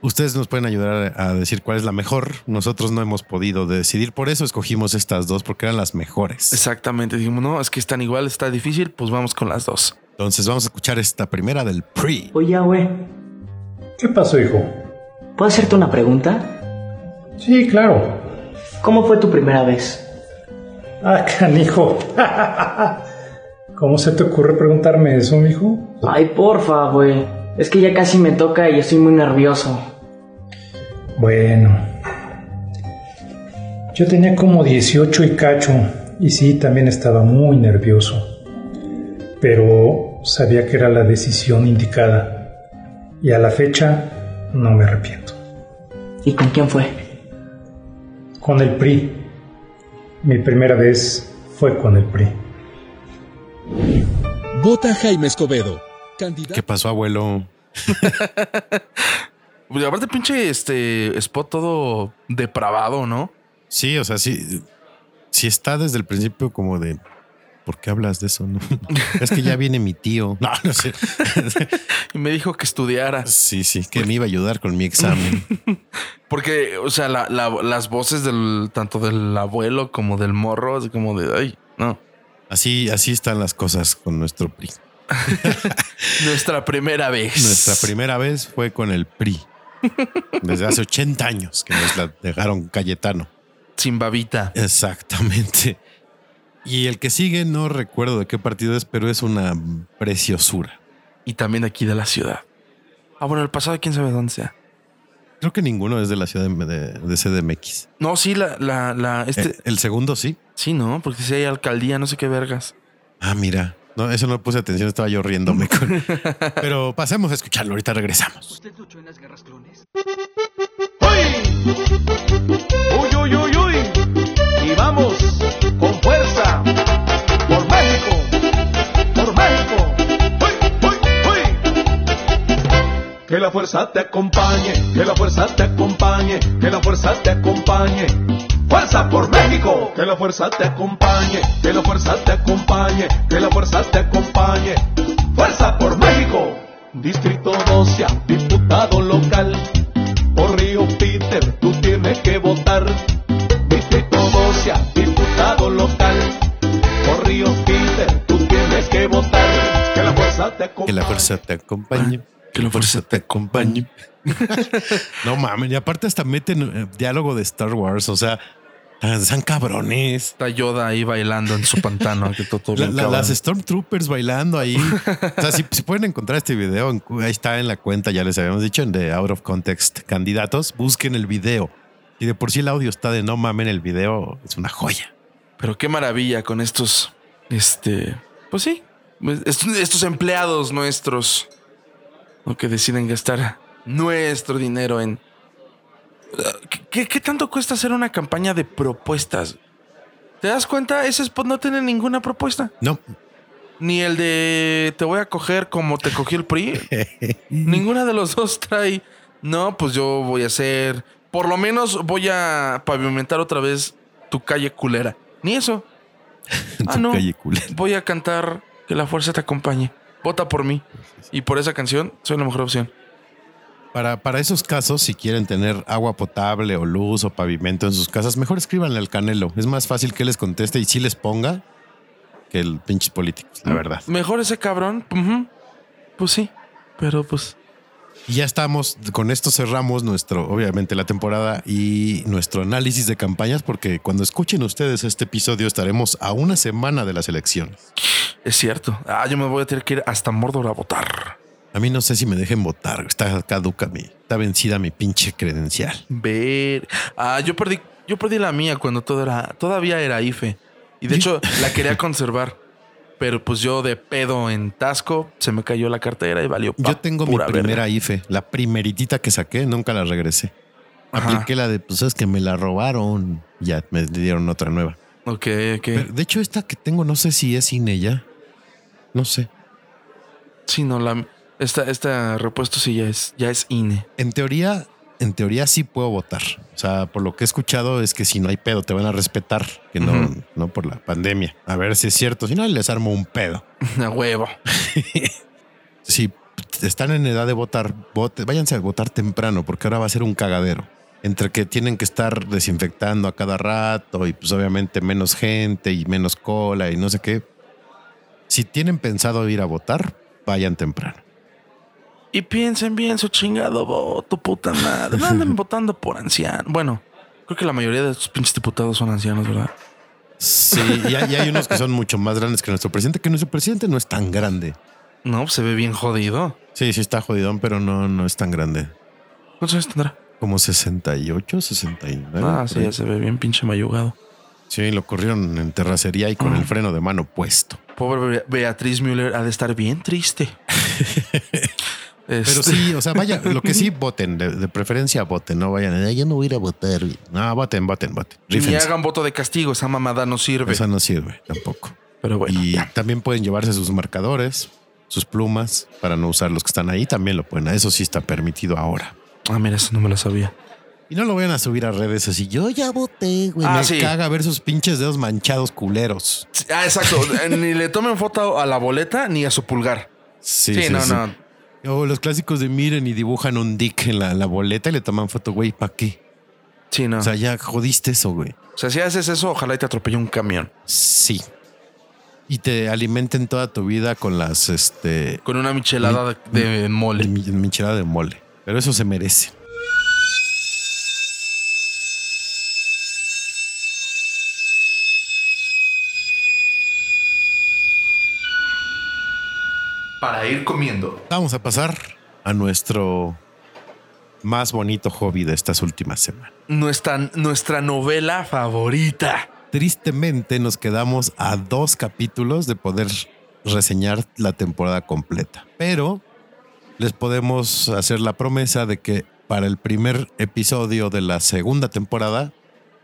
S3: Ustedes nos pueden ayudar a decir cuál es la mejor. Nosotros no hemos podido decidir. Por eso escogimos estas dos, porque eran las mejores.
S4: Exactamente. Dijimos, no, es que están igual, está difícil. Pues vamos con las dos.
S3: Entonces vamos a escuchar esta primera del PRI.
S6: Oye, Pues güey,
S7: ¿Qué pasó, hijo?
S6: ¿puedo hacerte una pregunta?
S7: Sí, claro.
S6: ¿Cómo fue tu primera vez?
S7: Ah, canijo. ¿Cómo se te ocurre preguntarme eso, mijo?
S6: Ay, porfa, güey. Es que ya casi me toca y estoy muy nervioso.
S7: Bueno. Yo tenía como 18 y cacho, y sí, también estaba muy nervioso. Pero sabía que era la decisión indicada. Y a la fecha, no me arrepiento.
S6: ¿Y con quién fue?
S7: Con el PRI. Mi primera vez fue con el PRI.
S8: Vota Jaime Escobedo, candidato.
S3: ¿Qué pasó, abuelo?
S4: Y Pues, aparte, pinche este spot todo depravado, ¿no?
S3: Sí, o sea, sí, sí está desde el principio como de ¿por qué hablas de eso? no? es que ya viene mi tío. No, no sé.
S4: Y me dijo que estudiara.
S3: Sí, sí, que me iba a ayudar con mi examen.
S4: Porque, o sea, la- la- las voces del tanto del abuelo como del morro, así como de ay, no.
S3: Así, así están las cosas con nuestro PRI.
S4: Nuestra primera vez.
S3: Nuestra primera vez fue con el PRI. Desde hace 80 años que nos la dejaron Cayetano.
S4: Sin babita.
S3: Exactamente. Y el que sigue, no recuerdo de qué partido es, pero es una preciosura.
S4: Y también aquí de la ciudad. Ah, bueno, el pasado, quién sabe dónde sea.
S3: Creo que ninguno es de la ciudad de, de- de CDMX.
S4: No, sí, la, la, la, este,
S3: Eh, el segundo sí.
S4: sí, no, porque si hay alcaldía, no sé qué vergas.
S3: Ah, mira. No, eso no puse atención, estaba yo riéndome. con- Pero pasemos a escucharlo, ahorita regresamos.
S9: ¿Usted luchó en las guerras clones?
S10: Uy, uy, uy, uy. Y vamos con fuerza. Por México. Por México. Uy, uy, uy. Que la fuerza te acompañe. Que la fuerza te acompañe. Que la fuerza te acompañe. Fuerza por México. Que la fuerza te acompañe. Que la fuerza te acompañe. Que la fuerza te acompañe. Fuerza por México. Distrito 12, diputado local. Por Río Peter, tú tienes que votar. Distrito 12, diputado local. Por Río Peter, tú tienes que votar. Que la fuerza te acompañe.
S3: Que la fuerza te acompañe.
S4: Que la fuerza
S3: Ah, te acompañe. no mames. Y aparte hasta meten eh, diálogo de Star Wars. O sea, tan, tan cabrones.
S4: Está Yoda ahí bailando en su pantano. que todo, todo
S3: La-
S4: bien
S3: la-
S4: cabrón.
S3: las Stormtroopers bailando ahí. O sea, si, si pueden encontrar este video, en cu- ahí está en la cuenta, ya les habíamos dicho, en The Out of Context Candidatos, busquen el video. Y de por sí el audio está de no mamen, el video es una joya.
S4: Pero qué maravilla con estos, este, pues sí, pues, est- estos empleados nuestros, ¿no? que deciden gastar nuestro dinero en... ah, ¿Qué- ¿Qué, qué tanto cuesta hacer una campaña de propuestas? ¿Te das cuenta? Ese spot no tiene ninguna propuesta.
S3: No,
S4: Ni el de te voy a coger como te cogió el PRI. Ninguna de los dos trae. No, pues yo voy a hacer. Por lo menos voy a pavimentar otra vez tu calle culera. Ni eso.
S3: en
S4: Ah,
S3: tu
S4: no.
S3: calle culera.
S4: Voy a cantar Que la fuerza te acompañe. Vota por mí. Y por esa canción soy la mejor opción.
S3: Para, para esos casos, si quieren tener agua potable o luz o pavimento en sus casas, mejor escríbanle al Canelo. Es más fácil que les conteste y sí les ponga que el pinche político, la verdad.
S4: Mejor ese cabrón. ujú. Pues sí. Pero pues
S3: Y ya estamos, con esto cerramos nuestro, obviamente, la temporada y nuestro análisis de campañas, porque cuando escuchen ustedes este episodio estaremos a una semana de las elecciones.
S4: es cierto. Ah, yo me voy a tener que ir hasta Mordor a votar.
S3: A mí no sé si me dejen votar, está caduca mi, está vencida mi pinche credencial.
S4: Ver. Ah, yo perdí, yo perdí la mía cuando todo era, todavía era IFE. Y de hecho, la quería conservar. Pero pues yo de pedo en Tasco se me cayó la cartera y valió. pa'
S3: Yo tengo mi
S4: pura verga.
S3: primera IFE, la primeritita que saqué, nunca la regresé.
S4: Ajá.
S3: Apliqué la de, pues es que me la robaron, ya me dieron otra nueva.
S4: Ok, ok.
S3: Pero, de hecho, esta que tengo, no sé si es cine ya. No sé.
S4: Sí, no, la esta, esta repuesto sí ya es, ya es INE.
S3: En teoría, en teoría sí puedo votar. O sea, por lo que he escuchado es que si no hay pedo, te van a respetar, que no,
S4: Ujú.
S3: no por la pandemia. A ver si es cierto. Si no, les armo un pedo.
S4: A huevo.
S3: Si están en edad de votar, vote- váyanse a votar temprano, porque ahora va a ser un cagadero. Entre que tienen que estar desinfectando a cada rato y pues obviamente menos gente y menos cola y no sé qué. Si tienen pensado ir a votar, vayan temprano.
S4: Y piensen bien su chingado voto, puta madre. No anden votando por anciano. Bueno, creo que la mayoría de estos pinches diputados son ancianos, ¿verdad?
S3: Sí, y hay, y hay unos que son mucho más grandes que nuestro presidente, que nuestro presidente no es tan grande.
S4: No, pues, se ve bien jodido.
S3: Sí, sí está jodidón, pero no, no es tan grande.
S4: ¿Cuántos años tendrá?
S3: Como 68, 69.
S4: Ah,
S3: por
S4: sí,
S3: ahí.
S4: ya se ve bien pinche mayugado.
S3: Sí, lo corrieron en terracería y
S4: Ah.
S3: con el freno de mano puesto.
S4: Pobre Be- Beatriz Müller ha de estar bien triste.
S3: Pero
S4: Este,
S3: sí, o sea, vaya, lo que sí, voten, de, de preferencia voten, no vayan, "Ay, yo no voy a ir a votar. No, voten, voten, voten.
S4: Ni
S3: Rífense.
S4: hagan voto de castigo, esa mamada no sirve.
S3: Esa no sirve tampoco.
S4: Pero bueno,
S3: y
S4: ya.
S3: también pueden llevarse sus marcadores, sus plumas, para no usar los que están ahí, también lo pueden. Eso sí está permitido ahora.
S4: Ah, mira, eso no me lo sabía.
S3: Y no lo vayan a subir a redes así. Yo ya voté, güey.
S4: Ah,
S3: me
S4: sí.
S3: caga ver sus pinches dedos manchados culeros.
S4: Sí, Ah, exacto. Eh, ni le tomen foto a la boleta ni a su pulgar. Sí, no, no.
S3: no. O los clásicos de miren y dibujan un dick en la, la boleta y le toman foto, güey, ¿para qué?
S4: Sí, no.
S3: O sea, ya jodiste eso, güey.
S4: O sea, si haces eso, ojalá y te atropelle un camión
S3: Sí. Y te alimenten toda tu vida con las, este,
S4: con una michelada de, de
S3: de
S4: mole.
S3: mi- michelada de mole. Pero eso se merece.
S1: Para ir comiendo.
S3: Vamos a pasar a nuestro más bonito hobby de estas últimas semanas.
S4: Nuestra, nuestra novela favorita.
S3: tristemente nos quedamos a dos capítulos de poder reseñar la temporada completa. Pero les podemos hacer la promesa de que para el primer episodio de la segunda temporada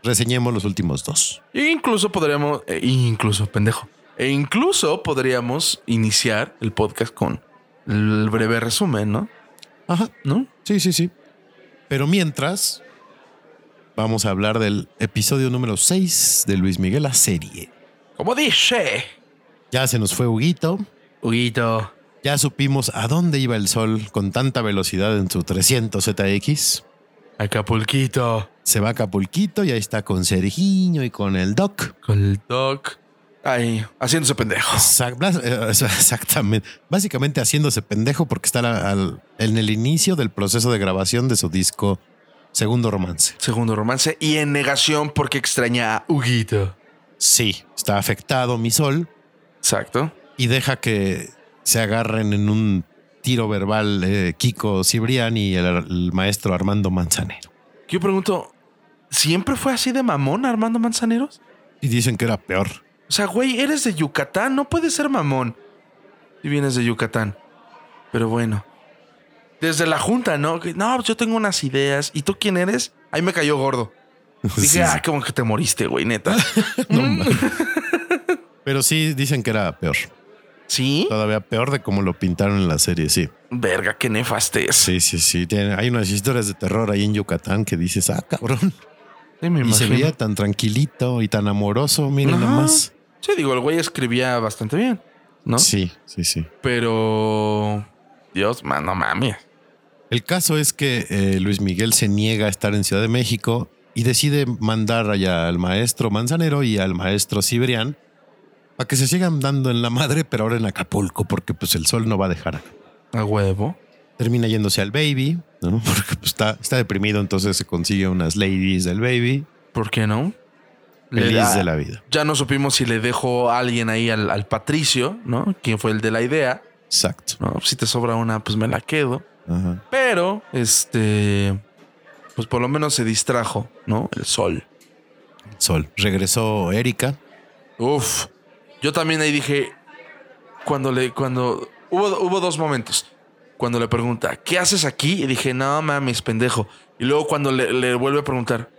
S3: reseñemos los últimos dos.
S4: E incluso podríamos, e incluso, pendejo. E incluso podríamos iniciar el podcast con el breve resumen, ¿no?
S3: Ajá.
S4: ¿No?
S3: Sí, sí, sí. Pero mientras, vamos a hablar del episodio número 6 de Luis Miguel, la serie.
S4: Como dice.
S3: Ya se nos fue Huguito.
S4: Huguito.
S3: Ya supimos a dónde iba el sol con tanta velocidad en su 300 ZX.
S4: Acapulquito.
S3: se va a Acapulquito y ahí está con Sergiño y con el Doc.
S4: Con el doc. Ahí, haciéndose pendejo.
S3: Sa- blas- eh, Exactamente. Básicamente haciéndose pendejo porque está la- al- en el inicio del proceso de grabación de su disco Segundo Romance.
S4: Segundo romance. Y en negación porque extraña a Huguito.
S3: Sí, está afectado mi sol
S4: Exacto.
S3: y deja que se agarren en un tiro verbal eh, Kiko Cibrián y el, el maestro Armando Manzanero.
S4: Yo pregunto, ¿siempre fue así de mamón Armando Manzaneros?
S3: Y dicen que era peor.
S4: O sea, güey, eres de Yucatán, no puedes ser mamón. Y vienes de Yucatán. Pero bueno. Desde la junta, ¿no? Que, No, pues yo tengo unas ideas. ¿Y tú quién eres? Ahí me cayó gordo. Dije,
S3: Pues Sí, sí.
S4: ah, mm". como que te moriste, güey, neta.
S3: No mames. Pero sí dicen que era peor.
S4: ¿Sí?
S3: Todavía peor de como lo pintaron en la serie, sí.
S4: Verga, qué nefastez.
S3: Sí, sí, sí. Tiene- hay unas historias de terror ahí en Yucatán que dices, ah, cabrón.
S4: Sí, me
S3: Y se
S4: imagino.
S3: veía tan tranquilito y tan amoroso, miren
S4: Ajá.
S3: nomás.
S4: Sí, digo, el güey escribía bastante bien, ¿no?
S3: Sí, sí, sí.
S4: Pero... Dios, man, no mames.
S3: El caso es que eh, Luis Miguel se niega a estar en Ciudad de México y decide mandar allá al maestro Manzanero y al maestro Cibrián para que se sigan dando en la madre, pero ahora en Acapulco, porque pues el sol no va a dejar.
S4: A huevo.
S2: Termina yéndose al baby, ¿no? Porque pues, está, está deprimido, entonces se consigue unas ladies del baby.
S4: ¿Por qué no? Le
S2: Feliz
S4: da-
S2: de la vida.
S4: Ya no supimos si le dejó a alguien ahí al, al Patricio, ¿no? Quien fue el de la idea.
S2: Exacto.
S4: No, si te sobra una, pues me la quedo.
S2: Ajá.
S4: Pero, este, pues por lo menos se distrajo, ¿no? El sol.
S2: Sol. Regresó Erika.
S4: Uf. Yo también ahí dije, cuando le, cuando, hubo, hubo dos momentos. Cuando le pregunta, ¿qué haces aquí? Y dije, no mames, pendejo. Y luego cuando le, le vuelve a preguntar,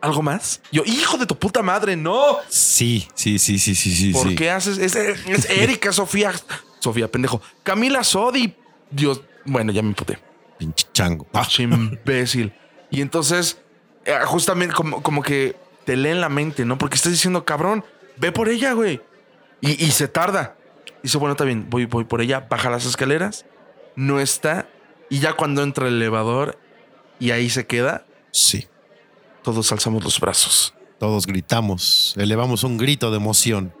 S4: ¿algo más? Yo, hijo de tu puta madre, no.
S2: Sí, sí, sí, sí, sí, sí.
S4: ¿Por
S2: sí.
S4: qué haces? Es, es Erika, Sofía, Sofía, pendejo. Camila Sodi. Dios, bueno, ya me puté.
S2: Pinche chango. Ah,
S4: Pinche imbécil. Y entonces, eh, justamente como, como que te leen la mente, ¿no? Porque estás diciendo, cabrón, ve por ella, güey. Y, y se tarda. Dice, bueno, está bien, voy, voy por ella, baja las escaleras, no está. Y ya cuando entra el elevador y ahí se queda,
S2: sí.
S4: todos alzamos los brazos.
S2: Todos gritamos. Elevamos un grito de emoción.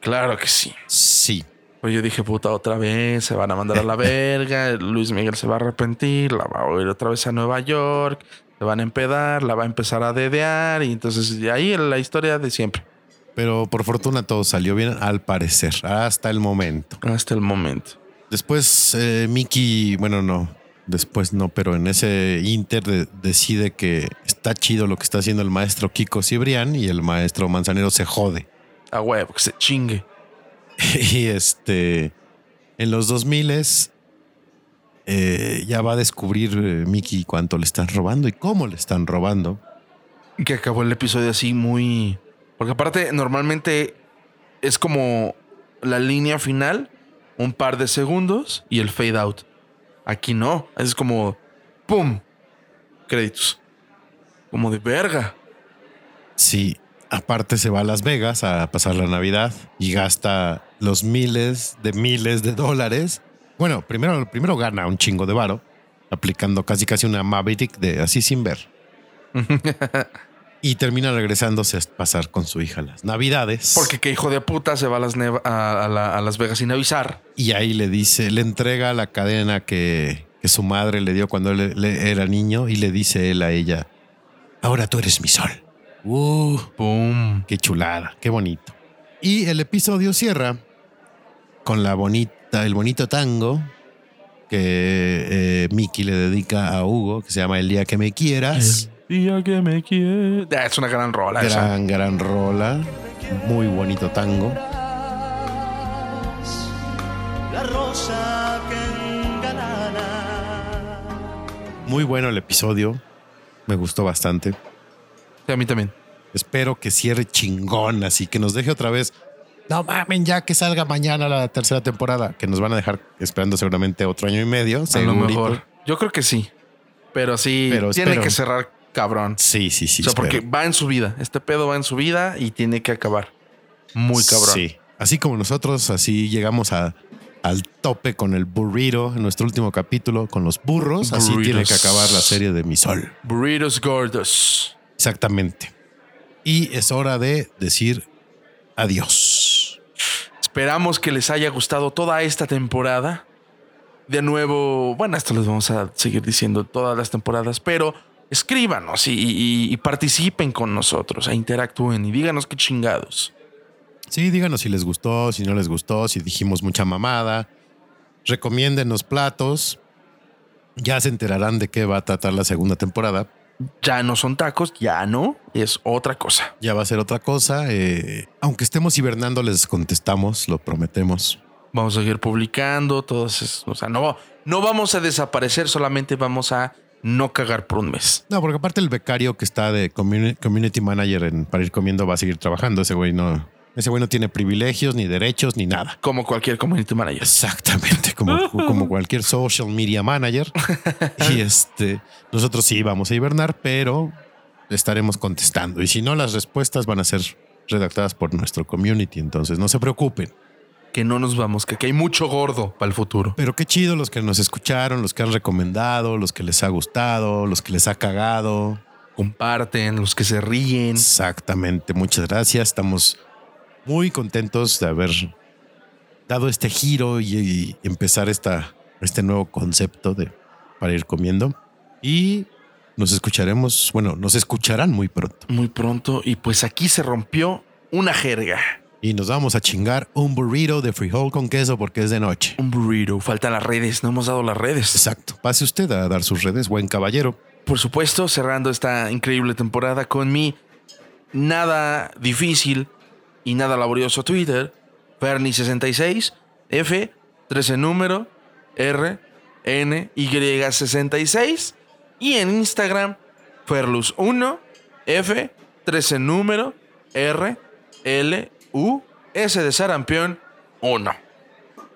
S4: Claro que sí.
S2: Sí.
S4: Pues yo dije, puta, otra vez, se van a mandar a la verga, Luis Miguel se va a arrepentir, la va a ir otra vez a Nueva York, se van a empedar, la va a empezar a dedear, y entonces de ahí la historia de siempre,
S2: Pero por fortuna todo salió bien, al parecer, hasta el momento.
S4: hasta el momento.
S2: Después eh, Mickey, bueno, no, después no, pero en ese inter de- decide que está chido lo que está haciendo el maestro Kiko Cibrián y el maestro Manzanero se jode.
S4: A huevo, que se chingue.
S2: y este, en los 2000 eh, ya va a descubrir eh, Mickey cuánto le están robando y cómo le están robando.
S4: Y que acabó el episodio así muy... Porque aparte, normalmente es como la línea final, un par de segundos y el fade out. Aquí no, es como... ¡Pum! Créditos. Como de verga.
S2: Sí, aparte se va a Las Vegas a pasar la Navidad y gasta los miles de miles de dólares. Bueno, primero, primero gana un chingo de varo, aplicando casi casi una Maverick de así sin ver. y termina regresándose a pasar con su hija las Navidades.
S4: Porque qué hijo de puta se va a las, neva- a, a la- a Las Vegas sin avisar.
S2: Y ahí le dice, le entrega la cadena que, que su madre le dio cuando él le- era niño y le dice él a ella, ahora tú eres mi sol. Uh,
S4: Boom.
S2: Qué chulada, qué bonito. Y el episodio cierra con la bonita, el bonito tango que eh, Mickey le dedica a Hugo, que se llama El día que me quieras.
S4: Día que me quiere. Ah, Es una gran rola esa.
S2: gran, gran rola. Muy bonito tango. Muy bueno el episodio. Me gustó bastante.
S4: Sí, a mí también.
S2: Espero que cierre chingón, así que nos deje otra vez. No mamen, ya que salga mañana la tercera temporada, que nos van a dejar esperando seguramente otro año y medio.
S4: A lo
S2: segurito.
S4: mejor. Yo creo que sí. Pero sí,
S2: Pero
S4: tiene
S2: espero.
S4: que cerrar cabrón.
S2: Sí, sí, sí.
S4: o sea, porque
S2: espero.
S4: va en su vida. Este pedo va en su vida y tiene que acabar. Muy cabrón.
S2: Sí. Así como nosotros, así llegamos a, al tope con el burrito en nuestro último capítulo, con los burros. Así
S4: Burritos.
S2: tiene que acabar la serie de Mi Sol.
S4: Burritos gordos.
S2: Exactamente. Y es hora de decir adiós.
S4: Esperamos que les haya gustado toda esta temporada. De nuevo, bueno, esto les vamos a seguir diciendo todas las temporadas, pero escríbanos y, y- y participen con nosotros, e interactúen y díganos qué chingados.
S2: Sí, díganos si les gustó, si no les gustó, si dijimos mucha mamada. Recomiéndenos platos. Ya se enterarán de qué va a tratar la segunda temporada.
S4: Ya no son tacos, ya no, es otra cosa.
S2: Ya va a ser otra cosa. eh, aunque estemos hibernando, les contestamos, lo prometemos.
S4: Vamos a seguir publicando, todas, es- o sea, no, no vamos a desaparecer, solamente vamos a no cagar por un mes.
S2: No, porque aparte el becario que está de communi- community manager en, para ir comiendo va a seguir trabajando. Ese güey no, ese güey no tiene privilegios, ni derechos, ni nada.
S4: Como cualquier community manager.
S2: Exactamente, como, como cualquier social media manager. Y este, nosotros sí vamos a hibernar, pero estaremos contestando. Y si no, las respuestas van a ser redactadas por nuestro community. Entonces no se preocupen.
S4: Que no nos vamos, que aquí hay mucho gordo para el futuro.
S2: Pero qué chido los que nos escucharon, los que han recomendado, los que les ha gustado, los que les ha cagado.
S4: Comparten, los que se ríen.
S2: Exactamente. Muchas gracias. Estamos muy contentos de haber dado este giro y, y empezar esta este nuevo concepto de para ir comiendo. Y nos escucharemos, bueno, nos escucharán muy pronto.
S4: Muy pronto. Y pues aquí se rompió una jerga.
S2: Y nos vamos a chingar un burrito de frijol con queso porque es de noche.
S4: Un burrito. Faltan las redes. No hemos dado las redes.
S2: Exacto. Pase usted a dar sus redes, buen caballero.
S4: Por supuesto, cerrando esta increíble temporada con mi nada difícil y nada laborioso Twitter, Ferni66, F, 13 número, R, N, Y66. Y en Instagram, Ferlus1, F, 13 número, R, L, U, S de sarampión, 1.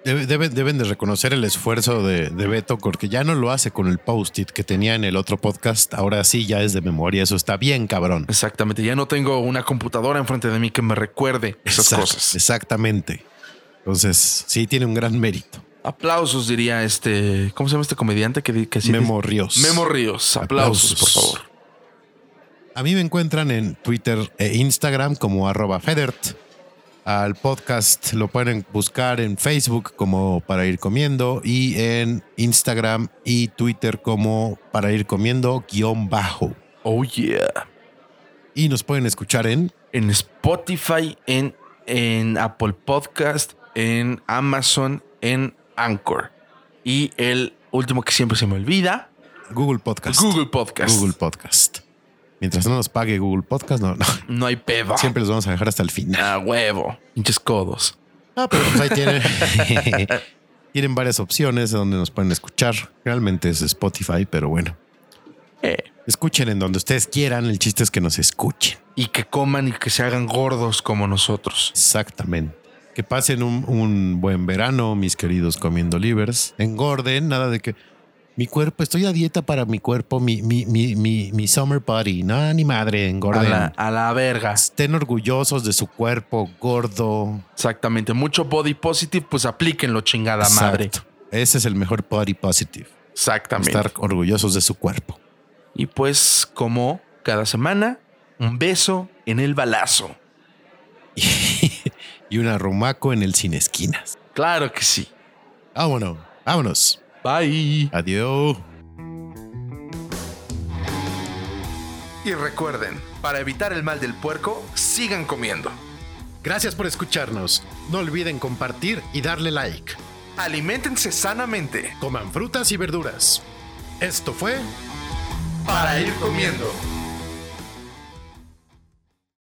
S2: Debe- deben, deben de reconocer el esfuerzo de, de Beto porque ya no lo hace con el post-it que tenía en el otro podcast. Ahora sí ya es de memoria. Eso está bien, cabrón.
S4: Exactamente, ya no tengo una computadora enfrente de mí que me recuerde esas
S2: Exact-
S4: cosas.
S2: Exactamente. Entonces, sí tiene un gran mérito.
S4: Aplausos, diría este. ¿Cómo se llama este comediante que, di- que sí
S2: Memo Ríos.
S4: Memo Ríos, aplausos,
S2: Aplausos.
S4: por favor.
S2: A mí me encuentran en Twitter e Instagram como arroba Federt. Al podcast lo pueden buscar en Facebook como para ir comiendo y en Instagram y Twitter como para ir comiendo guión bajo.
S4: Oh, yeah.
S2: Y nos pueden escuchar en
S4: En Spotify, en, en Apple Podcast, en Amazon, en Anchor. Y el último que siempre se me olvida,
S2: Google Podcast.
S4: Google Podcast.
S2: Google Podcast. Mientras no nos pague Google Podcast, no, no.
S4: No hay pedo.
S2: Siempre los vamos a dejar hasta el final.
S4: A huevo. Pinches codos.
S2: Ah, pero pues ahí tienen. tienen varias opciones donde nos pueden escuchar. Realmente es Spotify, pero bueno.
S4: Eh,
S2: Escuchen en donde ustedes quieran. El chiste es que nos escuchen.
S4: Y que coman y que se hagan gordos como nosotros.
S2: Exactamente. Que pasen un, un buen verano, mis queridos comiendo livers. Engorden, nada de que mi cuerpo, estoy a dieta para mi cuerpo, mi, mi, mi, mi, mi summer body. No, ni madre,
S4: A
S2: engorden.
S4: la, a la verga.
S2: Estén orgullosos de su cuerpo gordo.
S4: Exactamente. Mucho body positive, pues aplíquenlo, chingada madre.
S2: Exacto. Ese es el mejor body positive.
S4: Exactamente.
S2: Estar orgullosos de su cuerpo.
S4: Y pues, como cada semana, un beso en el balazo.
S2: y un arrumaco en el sin esquinas.
S4: Claro que sí.
S2: Vámonos, vámonos.
S4: Bye.
S2: Adiós.
S11: Y recuerden, para evitar el mal del puerco, sigan comiendo.
S12: Gracias por escucharnos. No olviden compartir y darle like.
S11: Aliméntense sanamente
S12: Coman frutas y verduras. Esto fue
S11: para ir comiendo.